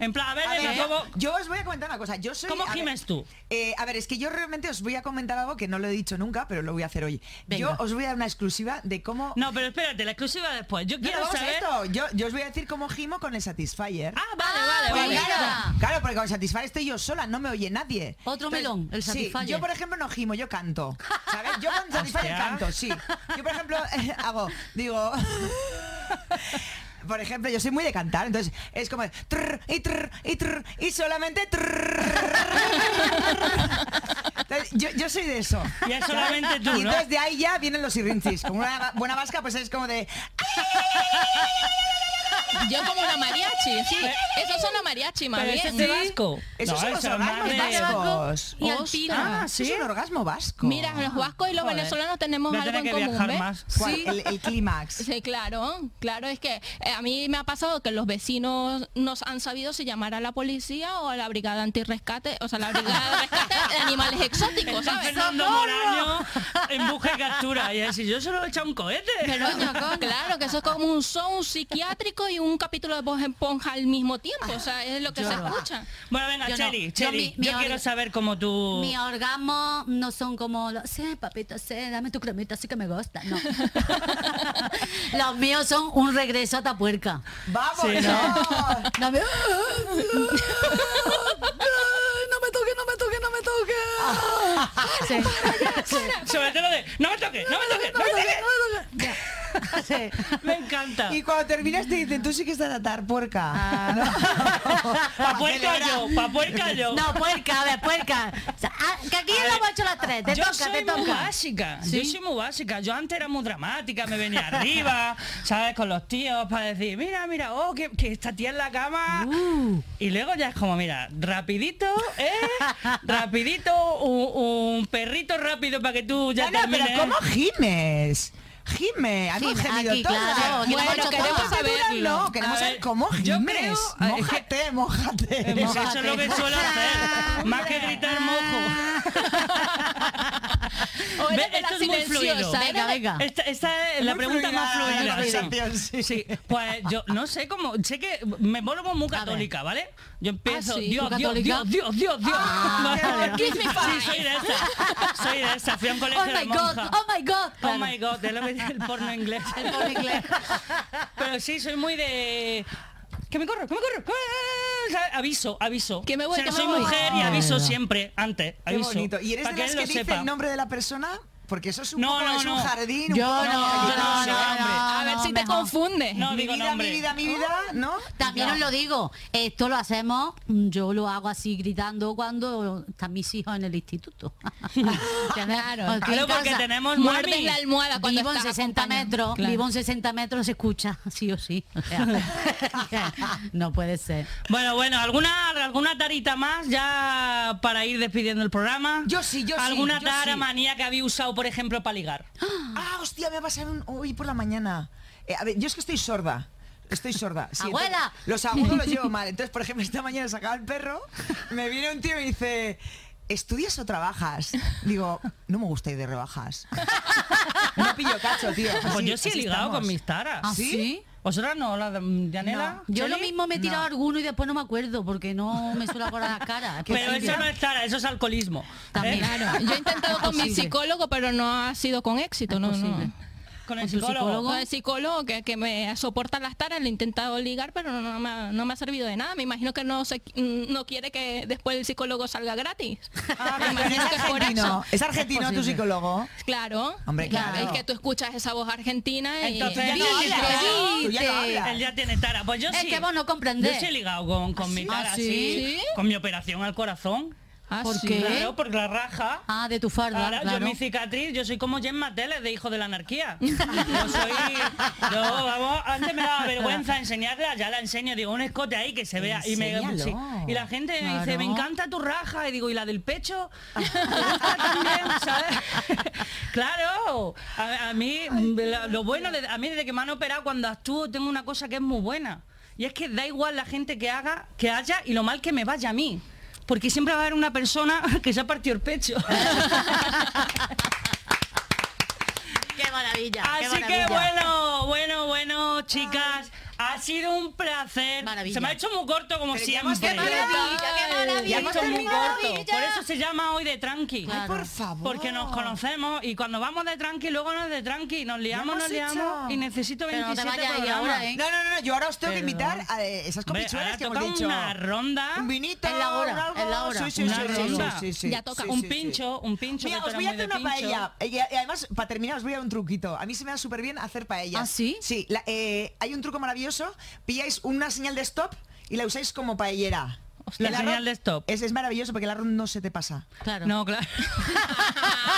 [SPEAKER 2] En plan, a ver,
[SPEAKER 4] A ver,
[SPEAKER 2] Emma, ¿cómo-
[SPEAKER 4] yo os voy a comentar una cosa. Yo soy,
[SPEAKER 2] ¿Cómo
[SPEAKER 4] a ver,
[SPEAKER 2] gimes tú?
[SPEAKER 4] eh, a ver, es que yo realmente os voy a comentar algo que no lo he dicho nunca, pero lo voy a hacer hoy.
[SPEAKER 3] Venga.
[SPEAKER 4] Yo os voy a dar una exclusiva de cómo...
[SPEAKER 2] No, pero espérate, la exclusiva después. Yo
[SPEAKER 4] No,
[SPEAKER 2] quiero
[SPEAKER 4] vamos a
[SPEAKER 2] saber.
[SPEAKER 4] esto. Yo, yo os voy a decir cómo gimo con el Satisfyer.
[SPEAKER 2] Ah, vale,
[SPEAKER 3] Ah,
[SPEAKER 2] vale,
[SPEAKER 3] venga.
[SPEAKER 2] vale.
[SPEAKER 4] Claro, claro, porque con Satisfyer estoy yo sola, no me oye nadie.
[SPEAKER 3] Otro melón, el
[SPEAKER 4] sí,
[SPEAKER 3] Satisfyer.
[SPEAKER 4] yo, por ejemplo, no gimo, yo canto. ¿Sabes? Yo con Satisfyer
[SPEAKER 2] Hostia.
[SPEAKER 4] canto, sí. Yo, por ejemplo, [laughs] hago, digo... [laughs] Por ejemplo, yo soy muy de cantar, entonces es como trrr, y trrr, y trrr, y solamente trrr. Entonces, yo, yo soy de eso.
[SPEAKER 2] Y es solamente tú,
[SPEAKER 4] Y
[SPEAKER 2] ¿no?
[SPEAKER 4] entonces de ahí ya vienen los irrinchis. Como una buena vasca, pues es como de
[SPEAKER 5] Yo como una mariachi. Sí, esos son los mariachi, más
[SPEAKER 2] Pero
[SPEAKER 5] bien.
[SPEAKER 2] ese es de vasco.
[SPEAKER 4] Esos
[SPEAKER 2] No,
[SPEAKER 4] son los
[SPEAKER 2] eso es
[SPEAKER 4] orgasmos
[SPEAKER 2] más de-
[SPEAKER 4] vascos.
[SPEAKER 5] Y
[SPEAKER 2] Os-
[SPEAKER 5] alpina.
[SPEAKER 2] Ah, sí.
[SPEAKER 4] Es un orgasmo vasco.
[SPEAKER 5] Mira, los vascos y los
[SPEAKER 2] Joder.
[SPEAKER 5] venezolanos tenemos
[SPEAKER 2] Voy a
[SPEAKER 5] algo
[SPEAKER 2] tener
[SPEAKER 5] en
[SPEAKER 2] que
[SPEAKER 5] común.
[SPEAKER 2] viajar
[SPEAKER 5] ¿ves?
[SPEAKER 2] más.
[SPEAKER 4] ¿Cuál?
[SPEAKER 5] Sí.
[SPEAKER 4] El, el clímax.
[SPEAKER 5] Sí, claro, claro, es que eh, a mí me ha pasado que los vecinos nos han sabido si llamar a la policía o a la brigada antirrescate, o sea, la brigada de rescate de animales exóticos,
[SPEAKER 2] Está
[SPEAKER 5] ¿sabes?
[SPEAKER 2] Fernando Moraño en busca y captura. Y así, yo solo he echado un cohete.
[SPEAKER 5] Pero, claro, que eso es como un son, un psiquiátrico y un capítulo de voz en Ponja al mismo tiempo, o sea, es lo que se escucha.
[SPEAKER 2] bueno, venga,
[SPEAKER 3] Yo no.
[SPEAKER 2] Cheli,
[SPEAKER 3] Yo
[SPEAKER 2] Cheli,
[SPEAKER 3] mi- mi
[SPEAKER 2] yo quiero
[SPEAKER 3] orden-
[SPEAKER 2] saber cómo tú...
[SPEAKER 3] Mis orgasmos no son como los, sí, papito, sí, dame tu cremita, así que me gusta. [laughs] No. los míos son un regreso a Tapuerca.
[SPEAKER 4] ¡Vamos!
[SPEAKER 2] Sí, ¿no?
[SPEAKER 3] Dame- no me toque, no me toque, no me toque.
[SPEAKER 2] Sobre todo lo de... ¡No me toques! ¡No me toques! ¡No me toques!
[SPEAKER 3] Sí.
[SPEAKER 2] Me encanta. Ah,
[SPEAKER 4] Y cuando terminas te dicen, tú sí que estás a dar puerca. Ah,
[SPEAKER 2] Pa' puerca yo, pa' puerca yo.
[SPEAKER 3] No, puerca, a ver, puerca. O sea, ah, que aquí
[SPEAKER 2] A
[SPEAKER 3] yo
[SPEAKER 2] ver,
[SPEAKER 3] lo he hecho las tres. Te
[SPEAKER 2] yo
[SPEAKER 3] toca,
[SPEAKER 2] soy
[SPEAKER 3] te
[SPEAKER 2] muy
[SPEAKER 3] toca.
[SPEAKER 2] básica,
[SPEAKER 3] Sí.
[SPEAKER 2] yo soy muy básica. Yo antes era muy dramática, me venía arriba, ¿sabes? Con los tíos para decir, mira, mira, oh, que, que esta tía en la cama. Y luego ya es como, mira, rapidito, ¿eh? rapidito, un, un perrito rápido para que tú ya
[SPEAKER 4] No, no, pero
[SPEAKER 2] termines.
[SPEAKER 4] ¿cómo gimes? Gime, hemos
[SPEAKER 3] Gime,
[SPEAKER 4] gemido
[SPEAKER 3] aquí,
[SPEAKER 4] todas.
[SPEAKER 3] claro, aquí lo hemos
[SPEAKER 4] Bueno,
[SPEAKER 3] hecho
[SPEAKER 4] queremos
[SPEAKER 3] todas.
[SPEAKER 4] saber, No, queremos
[SPEAKER 2] A
[SPEAKER 4] saber
[SPEAKER 2] ver,
[SPEAKER 4] cómo gimes.
[SPEAKER 2] yo creo- eh, a- es [laughs]
[SPEAKER 4] mójate, mójate.
[SPEAKER 2] Pues eso es lo que suelo hacer, más que gritar mojo. [laughs]
[SPEAKER 5] O
[SPEAKER 2] Ve,
[SPEAKER 5] eres de la
[SPEAKER 2] esto es muy fluido.
[SPEAKER 5] silenciosa, ¿eh? eres
[SPEAKER 3] Venga,
[SPEAKER 5] de-
[SPEAKER 3] venga.
[SPEAKER 2] Esta, esta es la
[SPEAKER 4] Muy
[SPEAKER 2] pregunta más fluida.
[SPEAKER 4] fluida, muy
[SPEAKER 2] sí.
[SPEAKER 4] fluida, sí.
[SPEAKER 2] Sí, Pues yo no sé cómo. Sé que me vuelvo muy católica, ¿vale? Yo empiezo.
[SPEAKER 5] Ah, sí,
[SPEAKER 2] Dios,
[SPEAKER 3] ¿tú
[SPEAKER 2] Dios,
[SPEAKER 3] católica?
[SPEAKER 2] Dios, Dios, Dios, Dios.
[SPEAKER 3] Ah,
[SPEAKER 2] [laughs] Vale.
[SPEAKER 5] qué bien.
[SPEAKER 2] sí, soy de esa. Soy de esa. Fui a un colegio
[SPEAKER 3] Oh
[SPEAKER 2] de
[SPEAKER 3] my god,
[SPEAKER 2] monja.
[SPEAKER 3] oh my god.
[SPEAKER 2] Oh my god, es lo que dice el porno inglés.
[SPEAKER 3] El pobre inglés.
[SPEAKER 2] Pero sí, soy muy de. Que me corro, que me corro. ¡Ah! ¿Sabes? Aviso, aviso.
[SPEAKER 5] Que me voy,
[SPEAKER 2] O sea,
[SPEAKER 5] que me
[SPEAKER 2] soy
[SPEAKER 5] voy.
[SPEAKER 2] mujer y aviso siempre, antes.
[SPEAKER 4] Qué
[SPEAKER 2] Aviso.
[SPEAKER 4] bonito. ¿Y eres
[SPEAKER 2] para
[SPEAKER 4] de las
[SPEAKER 2] él
[SPEAKER 4] que
[SPEAKER 2] lo
[SPEAKER 4] dice
[SPEAKER 2] sepa.
[SPEAKER 4] el nombre de la persona? Porque eso es un,
[SPEAKER 2] No,
[SPEAKER 4] poco,
[SPEAKER 2] no,
[SPEAKER 4] es un
[SPEAKER 2] no.
[SPEAKER 4] jardín.
[SPEAKER 3] Yo
[SPEAKER 4] un poco-
[SPEAKER 3] no,
[SPEAKER 2] yo no
[SPEAKER 3] no,
[SPEAKER 2] sé,
[SPEAKER 3] no,
[SPEAKER 2] hombre.
[SPEAKER 5] A ver
[SPEAKER 3] no,
[SPEAKER 5] si te
[SPEAKER 3] mejor.
[SPEAKER 5] confundes.
[SPEAKER 2] No
[SPEAKER 4] mi
[SPEAKER 2] digo
[SPEAKER 4] vida,
[SPEAKER 2] nombre.
[SPEAKER 4] mi vida, mi vida, ¿no?
[SPEAKER 3] También os lo digo, esto lo hacemos, mm, yo lo hago así gritando cuando están mis hijos en el instituto.
[SPEAKER 5] Claro.
[SPEAKER 3] Estoy en
[SPEAKER 2] Claro, porque
[SPEAKER 3] casa.
[SPEAKER 2] tenemos
[SPEAKER 5] Muerden
[SPEAKER 2] mami.
[SPEAKER 5] la almohada cuando
[SPEAKER 3] vivo en
[SPEAKER 5] estás
[SPEAKER 3] 60
[SPEAKER 5] acompañando.
[SPEAKER 3] metros,
[SPEAKER 5] Claro.
[SPEAKER 3] vivo en 60 metros, se escucha, sí o sí. O sea, no puede ser.
[SPEAKER 2] Bueno, bueno, ¿alguna, alguna tarita más ya para ir despidiendo el programa?
[SPEAKER 4] Yo sí, yo sí,
[SPEAKER 2] ¿Alguna
[SPEAKER 4] yo
[SPEAKER 2] tara
[SPEAKER 4] sí.
[SPEAKER 2] manía que había usado, por ejemplo, para ligar?
[SPEAKER 4] Ah, hostia, me ha pasado un- hoy por la mañana. Eh, a ver, yo es que estoy sorda. Estoy sorda. sí, entonces,
[SPEAKER 3] ¡Abuela!
[SPEAKER 4] los agudos los llevo mal. Entonces, por ejemplo, esta mañana sacaba el perro, me viene un tío y me dice, ¿estudias o trabajas? Digo, no me gusta ir de rebajas. No pillo cacho, tío.
[SPEAKER 2] Pues
[SPEAKER 4] Así-
[SPEAKER 2] yo sí he
[SPEAKER 4] así
[SPEAKER 2] ligado
[SPEAKER 4] estamos.
[SPEAKER 2] con mis taras.
[SPEAKER 3] ¿Ah, sí? ¿Sí?
[SPEAKER 2] ¿Vosotras no? ¿La de mm, Yanela?
[SPEAKER 3] Yo lo
[SPEAKER 2] ¿Cheli?
[SPEAKER 3] mismo me he tirado alguno y después no me acuerdo porque no me suelo acordar las caras.
[SPEAKER 2] Pero
[SPEAKER 3] Posible.
[SPEAKER 2] eso no es tara, eso es alcoholismo.
[SPEAKER 3] También.
[SPEAKER 2] ¿eh?
[SPEAKER 5] Claro. Yo he intentado con mi psicólogo, pero no ha sido con éxito, no,
[SPEAKER 3] posible.
[SPEAKER 5] no.
[SPEAKER 2] Con el
[SPEAKER 3] ¿Con tu
[SPEAKER 2] psicólogo.
[SPEAKER 3] psicólogo?
[SPEAKER 5] Con el eh, psicólogo que, que me soporta las taras, lo he intentado ligar, pero no, me, ha, no me ha servido de nada. Me imagino que no se, no quiere que después el psicólogo salga
[SPEAKER 4] [laughs]
[SPEAKER 5] gratis.
[SPEAKER 2] [laughs]
[SPEAKER 4] Ah,
[SPEAKER 5] me
[SPEAKER 4] pero es
[SPEAKER 5] imagino que es por
[SPEAKER 4] argentino.
[SPEAKER 5] eso.
[SPEAKER 4] Es argentino tu
[SPEAKER 3] posible.
[SPEAKER 4] psicólogo.
[SPEAKER 5] Claro.
[SPEAKER 4] Hombre, claro.
[SPEAKER 5] Es que tú escuchas esa voz argentina y...
[SPEAKER 2] Entonces,
[SPEAKER 5] Ya
[SPEAKER 2] no
[SPEAKER 5] no
[SPEAKER 2] hablas,
[SPEAKER 5] hablas.
[SPEAKER 2] ¿no?
[SPEAKER 4] Tú ya no hablas.
[SPEAKER 2] Él ya tiene tara. Pues yo
[SPEAKER 3] Es
[SPEAKER 2] sí.
[SPEAKER 3] que vos no
[SPEAKER 2] Yo
[SPEAKER 3] comprendés.
[SPEAKER 2] sí he ligado con, con mi
[SPEAKER 3] sí?
[SPEAKER 2] tara,
[SPEAKER 3] ¿Ah,
[SPEAKER 2] sí?
[SPEAKER 5] sí?
[SPEAKER 2] Con mi operación al corazón.
[SPEAKER 5] Ah,
[SPEAKER 3] ¿Por
[SPEAKER 5] sí.
[SPEAKER 3] qué?
[SPEAKER 2] Claro, porque la raja.
[SPEAKER 3] Ah, de tu farda,
[SPEAKER 2] Ahora
[SPEAKER 3] claro.
[SPEAKER 2] yo mi cicatriz, yo soy como Jen Mateles de Hijo de la Anarquía. Yo soy, yo, vamos, antes me daba vergüenza enseñarla, ya la enseño, digo, un escote ahí que se vea. Y, me,
[SPEAKER 4] Enséñalo.
[SPEAKER 2] sí. y la gente me dice,
[SPEAKER 3] Claro.
[SPEAKER 2] me encanta tu raja, y digo, ¿y la del pecho? ¿Te gusta también, ¿sabes? claro, a, a mí, la- lo bueno, de- a mí desde que me han operado, cuando actúo, tengo una cosa que es muy buena. Y es que da igual la gente que haga, que haya y lo mal que me vaya a mí. Porque siempre va a haber una persona [laughs] que se ha partido el pecho.
[SPEAKER 3] Qué maravilla.
[SPEAKER 4] Ah,
[SPEAKER 3] qué
[SPEAKER 2] Así que
[SPEAKER 3] maravilla.
[SPEAKER 2] bueno, bueno, bueno, chicas, ha sido un placer.
[SPEAKER 3] Maravilla.
[SPEAKER 2] Se me ha hecho muy corto como
[SPEAKER 4] Pero ya hemos
[SPEAKER 2] siempre.
[SPEAKER 4] terminado.
[SPEAKER 3] qué maravilla.
[SPEAKER 2] Ya hemos
[SPEAKER 4] Ya hemos
[SPEAKER 2] muy
[SPEAKER 4] terminado.
[SPEAKER 2] corto. Por eso se llama hoy de tranqui.
[SPEAKER 3] Claro.
[SPEAKER 4] Por favor.
[SPEAKER 2] Porque nos conocemos y cuando vamos de tranqui, luego nos de tranqui, nos liamos,
[SPEAKER 4] hemos
[SPEAKER 2] nos liamos
[SPEAKER 4] hecho.
[SPEAKER 2] y necesito
[SPEAKER 3] Pero no te
[SPEAKER 2] 27
[SPEAKER 3] vayas ahí
[SPEAKER 2] programas.
[SPEAKER 3] ahora, ¿eh?
[SPEAKER 4] No, no, no, no, yo ahora os tengo que
[SPEAKER 3] Perdón.
[SPEAKER 4] invitar a eh, esas
[SPEAKER 2] Hombre,
[SPEAKER 4] copichuelas
[SPEAKER 2] ahora
[SPEAKER 4] que hemos
[SPEAKER 2] toca
[SPEAKER 4] dicho.
[SPEAKER 2] una ronda,
[SPEAKER 4] Un vinito,
[SPEAKER 3] Es la hora,
[SPEAKER 4] algo.
[SPEAKER 3] es la hora.
[SPEAKER 4] Sí, sí,
[SPEAKER 2] Una
[SPEAKER 4] sí, sí,
[SPEAKER 2] ronda.
[SPEAKER 4] sí, sí,
[SPEAKER 5] Ya toca.
[SPEAKER 4] sí,
[SPEAKER 2] un
[SPEAKER 4] sí, sí.
[SPEAKER 2] pincho, un pincho.
[SPEAKER 4] Mira,
[SPEAKER 2] que tú
[SPEAKER 4] os
[SPEAKER 2] eres
[SPEAKER 4] voy a
[SPEAKER 2] muy de
[SPEAKER 4] hacer una
[SPEAKER 2] pincho.
[SPEAKER 4] paella. Y, y además, para terminar, os voy a dar un truquito. A mí se me da súper bien hacer paellas.
[SPEAKER 3] ¿Ah, sí?
[SPEAKER 4] Sí. la- eh, hay un truco maravilloso. Pilláis una señal de stop y la usáis como paellera.
[SPEAKER 2] Hostia,
[SPEAKER 4] El
[SPEAKER 2] la
[SPEAKER 4] arroz
[SPEAKER 2] señal de stop.
[SPEAKER 4] Es, es maravilloso porque el arroz no se te pasa.
[SPEAKER 3] Claro. [laughs]
[SPEAKER 2] No, claro. [laughs]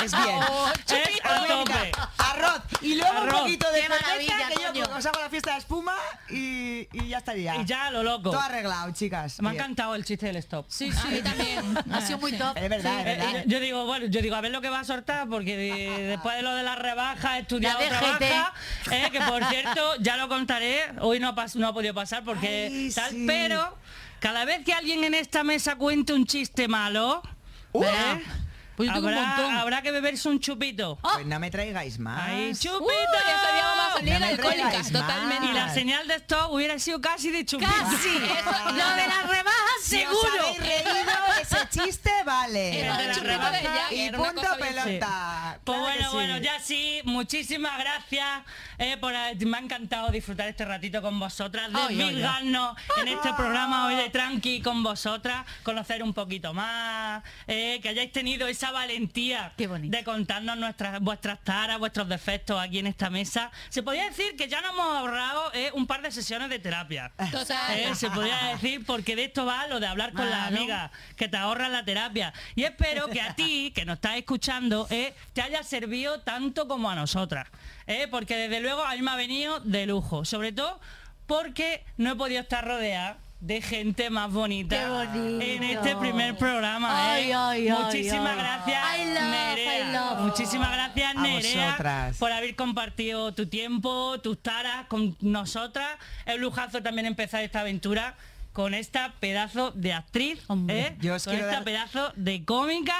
[SPEAKER 4] Es bien.
[SPEAKER 2] Ah, Es a tope.
[SPEAKER 4] oh, Arroz. Y luego
[SPEAKER 2] Arroz.
[SPEAKER 4] un poquito de
[SPEAKER 3] Qué
[SPEAKER 4] cerveza
[SPEAKER 3] maravilla,
[SPEAKER 4] que yo
[SPEAKER 3] coño.
[SPEAKER 4] os hago la fiesta fiesta de espuma y, y ya estaría.
[SPEAKER 2] Y ya lo loco.
[SPEAKER 4] Todo arreglado, chicas.
[SPEAKER 2] Me ha
[SPEAKER 4] Bien.
[SPEAKER 2] encantado el chiste del stop.
[SPEAKER 3] Sí,
[SPEAKER 5] A mí
[SPEAKER 3] sí.
[SPEAKER 5] también.
[SPEAKER 3] Ha sido muy top.
[SPEAKER 4] Es verdad,
[SPEAKER 3] Sí.
[SPEAKER 4] es verdad.
[SPEAKER 2] Eh, yo yo digo, bueno, yo digo, a ver lo que va a soltar,
[SPEAKER 3] [laughs]
[SPEAKER 2] porque de- después de lo de la rebaja, he estudiado
[SPEAKER 3] La
[SPEAKER 2] otra
[SPEAKER 3] DGT.
[SPEAKER 2] baja, eh, que por cierto, ya lo contaré, hoy no ha, pas- no ha podido pasar porque
[SPEAKER 4] Ay,
[SPEAKER 2] tal,
[SPEAKER 4] sí.
[SPEAKER 2] pero cada vez que alguien en esta mesa cuente un chiste malo,
[SPEAKER 4] Uh.
[SPEAKER 2] ¿eh?
[SPEAKER 3] Pues yo tengo un montón.
[SPEAKER 2] habrá, habrá que beberse un chupito.
[SPEAKER 4] Pues no me traigáis más.
[SPEAKER 3] Ah,
[SPEAKER 2] Ahí, chupito.
[SPEAKER 5] Uh, eso ya vamos a salir
[SPEAKER 4] No me
[SPEAKER 5] alcohólicas,
[SPEAKER 4] traigáis más.
[SPEAKER 5] totalmente.
[SPEAKER 2] y la señal de esto hubiera sido casi de chupito. [laughs]
[SPEAKER 3] Casi.
[SPEAKER 5] Eso-
[SPEAKER 3] Lo de las rebajas
[SPEAKER 4] Si os
[SPEAKER 3] seguro.
[SPEAKER 4] habéis reído, ese chiste
[SPEAKER 2] [laughs]
[SPEAKER 4] vale.
[SPEAKER 5] Era
[SPEAKER 2] de la
[SPEAKER 5] chupito de
[SPEAKER 2] rebaja
[SPEAKER 5] Jagger,
[SPEAKER 4] y
[SPEAKER 5] una
[SPEAKER 4] punto
[SPEAKER 5] cosa bien-
[SPEAKER 4] pelota. Claro
[SPEAKER 2] Pues bueno,
[SPEAKER 4] que sí.
[SPEAKER 2] bueno, ya sí, muchísimas gracias eh, por me ha encantado disfrutar este ratito con vosotras,
[SPEAKER 3] Ay, ay, Ah. ay.
[SPEAKER 2] desvirgarnos en este programa hoy de Tranqui con vosotras, conocer un poquito más, eh, que hayáis tenido esa valentía
[SPEAKER 3] Qué bonito.
[SPEAKER 2] de contarnos nuestras, vuestras taras, vuestros defectos aquí en esta mesa. Se podría decir que ya nos hemos ahorrado eh, un par de sesiones
[SPEAKER 3] [laughs]
[SPEAKER 2] de terapia.
[SPEAKER 5] Total.
[SPEAKER 2] Eh, se podría decir porque de esto va lo de hablar con las
[SPEAKER 3] Claro.
[SPEAKER 2] amigas, que te ahorran la terapia. Y espero que a ti, que nos estás escuchando, eh, te haya servido tanto como a nosotras. eh, porque desde luego a mí me ha venido de lujo. Sobre todo porque no he podido estar rodeada de gente más
[SPEAKER 3] Qué
[SPEAKER 2] bonita
[SPEAKER 3] bonito.
[SPEAKER 2] en este primer programa. eh.
[SPEAKER 3] Ay, ay, ay,
[SPEAKER 2] Muchísimas
[SPEAKER 3] ay.
[SPEAKER 2] gracias.
[SPEAKER 3] I love,
[SPEAKER 2] Nerea.
[SPEAKER 3] I love.
[SPEAKER 2] Muchísimas gracias,
[SPEAKER 4] A
[SPEAKER 2] Nerea,
[SPEAKER 4] vosotras.
[SPEAKER 2] por haber compartido tu tiempo, tus taras con nosotras. Es un lujazo también empezar esta aventura con esta pedazo de actriz,
[SPEAKER 3] Hombre,
[SPEAKER 2] ¿eh?
[SPEAKER 4] yo os
[SPEAKER 2] con
[SPEAKER 4] quiero
[SPEAKER 2] esta
[SPEAKER 4] dar-
[SPEAKER 2] pedazo de cómica,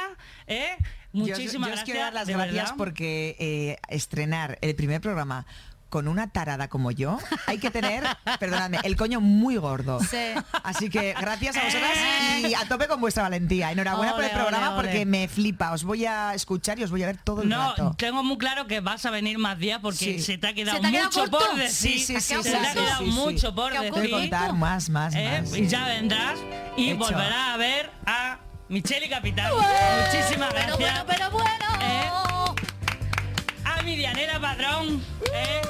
[SPEAKER 2] ¿eh?
[SPEAKER 4] Yo os-
[SPEAKER 2] Muchísimas
[SPEAKER 4] yo os
[SPEAKER 2] gracias.
[SPEAKER 4] quiero dar las
[SPEAKER 2] de
[SPEAKER 4] gracias
[SPEAKER 2] verdad.
[SPEAKER 4] porque eh, estrenar el primer programa con una tarada como yo, hay
[SPEAKER 2] [laughs]
[SPEAKER 4] que tener, perdonadme, el coño muy gordo.
[SPEAKER 3] Sí.
[SPEAKER 4] Así que gracias a vosotras
[SPEAKER 2] Eh.
[SPEAKER 4] y a tope con vuestra valentía. Enhorabuena por el
[SPEAKER 3] Ole, ole,
[SPEAKER 4] programa
[SPEAKER 3] ole.
[SPEAKER 4] porque me flipa. Os voy a escuchar y os voy a ver todo el
[SPEAKER 2] No,
[SPEAKER 4] rato.
[SPEAKER 2] tengo muy claro que vas a venir más días porque
[SPEAKER 4] Sí.
[SPEAKER 2] se te ha quedado
[SPEAKER 3] ¿Se te ha quedado
[SPEAKER 2] mucho
[SPEAKER 3] corto?
[SPEAKER 2] por decir.
[SPEAKER 4] Sí, sí,
[SPEAKER 2] se
[SPEAKER 4] sí,
[SPEAKER 2] te
[SPEAKER 4] sí,
[SPEAKER 2] ha
[SPEAKER 4] sí,
[SPEAKER 2] quedado
[SPEAKER 4] sí, sí.
[SPEAKER 2] mucho por
[SPEAKER 3] Te ha
[SPEAKER 2] decir.
[SPEAKER 3] ocurrido.
[SPEAKER 4] Voy a contar más, más,
[SPEAKER 2] ¿eh?
[SPEAKER 4] más.
[SPEAKER 2] Y ya vendrás y
[SPEAKER 4] Hecho.
[SPEAKER 2] volverás a ver a Michelle y Capitán. Muchísimas
[SPEAKER 3] Pero
[SPEAKER 2] gracias. Eh,
[SPEAKER 3] bueno, pero bueno.
[SPEAKER 2] A mi Dianela Padrón. ¿eh?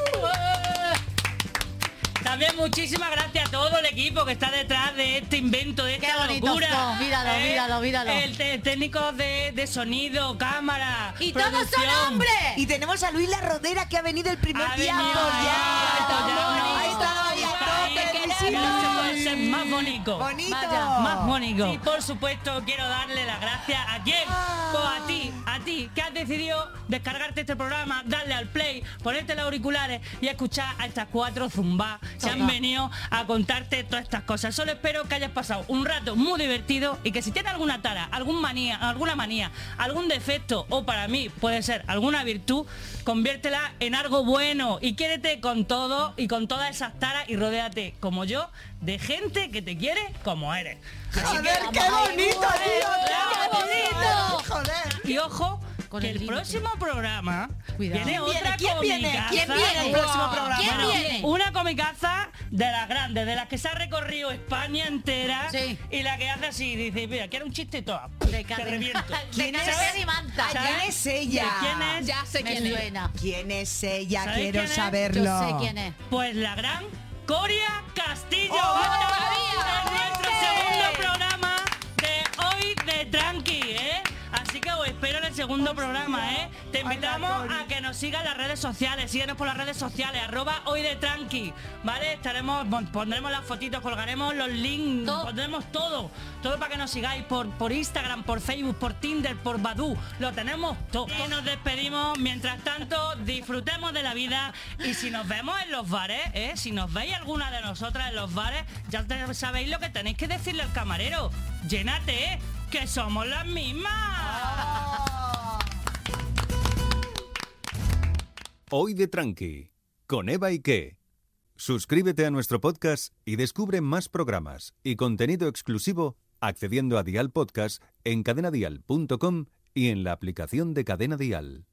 [SPEAKER 2] También muchísimas gracias a todo el equipo que está detrás de este invento, de
[SPEAKER 3] Qué
[SPEAKER 2] esta
[SPEAKER 3] bonito
[SPEAKER 2] locura. ¿eh?
[SPEAKER 3] esto. Míralo, míralo, míralo.
[SPEAKER 2] El te- técnico de, de sonido, cámara.
[SPEAKER 3] Y todos son
[SPEAKER 2] producción.
[SPEAKER 3] hombres.
[SPEAKER 4] Y tenemos a Luis La Rodera que ha venido el primer
[SPEAKER 2] Ha
[SPEAKER 4] día.
[SPEAKER 2] venido,
[SPEAKER 4] por
[SPEAKER 2] ha
[SPEAKER 4] ya.
[SPEAKER 2] venido,
[SPEAKER 4] Tan
[SPEAKER 2] ya
[SPEAKER 4] bonito.
[SPEAKER 2] no.
[SPEAKER 4] Ha estado ahí a tope,
[SPEAKER 2] Ay,
[SPEAKER 5] queremos.
[SPEAKER 4] Luisito.
[SPEAKER 2] No se puede ser más bonito.
[SPEAKER 4] Bonito.
[SPEAKER 3] Vaya,
[SPEAKER 2] Más bonito. Y por supuesto quiero darle las gracias a quién. Pues a ti, a ti, que has decidido descargarte este programa, darle al play, ponerte los auriculares y escuchar a estas cuatro zumbas que han venido a contarte todas estas cosas. Solo espero que hayas pasado un rato muy divertido y que si tienes alguna tara, algún manía, alguna manía, algún defecto o para mí puede ser alguna virtud, conviértela en algo bueno y quiérete con todo y con todas esas taras y rodéate como yo de gente que te quiere como eres.
[SPEAKER 4] Joder, qué bonito, tío.
[SPEAKER 2] ¡Qué
[SPEAKER 3] bonito!
[SPEAKER 4] Joder.
[SPEAKER 2] Y ojo,
[SPEAKER 3] Con
[SPEAKER 2] que
[SPEAKER 3] el
[SPEAKER 2] el,
[SPEAKER 3] límite.
[SPEAKER 2] próximo programa
[SPEAKER 3] Cuidado.
[SPEAKER 2] viene
[SPEAKER 3] ¿Quién viene?
[SPEAKER 2] otra
[SPEAKER 3] ¿Quién viene?
[SPEAKER 2] comicaza.
[SPEAKER 3] ¿Quién viene?
[SPEAKER 4] El próximo programa.
[SPEAKER 3] ¿Quién
[SPEAKER 2] Bueno,
[SPEAKER 3] viene?
[SPEAKER 2] Una comicaza de las grandes, de las que se ha recorrido España entera
[SPEAKER 3] Sí.
[SPEAKER 2] y la que hace así, dice, mira, quiero un chiste y toa.
[SPEAKER 3] De
[SPEAKER 2] Te
[SPEAKER 3] Carmen-
[SPEAKER 2] reviento.
[SPEAKER 3] [laughs] De
[SPEAKER 2] ¿Sabes?
[SPEAKER 3] Carmen y Manta.
[SPEAKER 2] ¿Sabes?
[SPEAKER 4] ¿Quién es ella?
[SPEAKER 2] ¿Quién es?
[SPEAKER 5] Ya sé
[SPEAKER 3] Me
[SPEAKER 5] quién es.
[SPEAKER 3] suena.
[SPEAKER 4] ¿Quién es ella?
[SPEAKER 2] ¿Sabéis
[SPEAKER 4] Quiero
[SPEAKER 2] quién es?
[SPEAKER 4] saberlo.
[SPEAKER 3] Yo sé quién es.
[SPEAKER 2] Pues la gran Coria Castillo.
[SPEAKER 4] ¡Oh!
[SPEAKER 2] En nuestro segundo
[SPEAKER 3] ¡Ole!
[SPEAKER 2] programa de hoy de Tranqui, ¿eh? Así que os espero en el segundo programa, ¿eh? Te invitamos a que nos sigas en las redes sociales. Síguenos por las redes sociales, arroba hoy de Tranqui, ¿vale? Estaremos, pon- pondremos las fotitos, colgaremos los links,
[SPEAKER 3] Todo.
[SPEAKER 2] pondremos todo. Todo para que nos sigáis por, por Instagram, por Facebook, por Tinder, por Badu. Lo tenemos todo. Y nos despedimos. Mientras tanto, disfrutemos de la vida. Y si nos vemos en los bares, ¿eh? si nos veis alguna de nosotras en los bares, ya te- sabéis lo que tenéis que decirle al camarero. Llénate, ¿eh? que somos las mismas.
[SPEAKER 1] Hoy de Tranqui, con Eva Ike. Suscríbete a nuestro podcast y descubre más programas y contenido exclusivo accediendo a Dial Podcast en cadenadial.com y en la aplicación de Cadena Dial.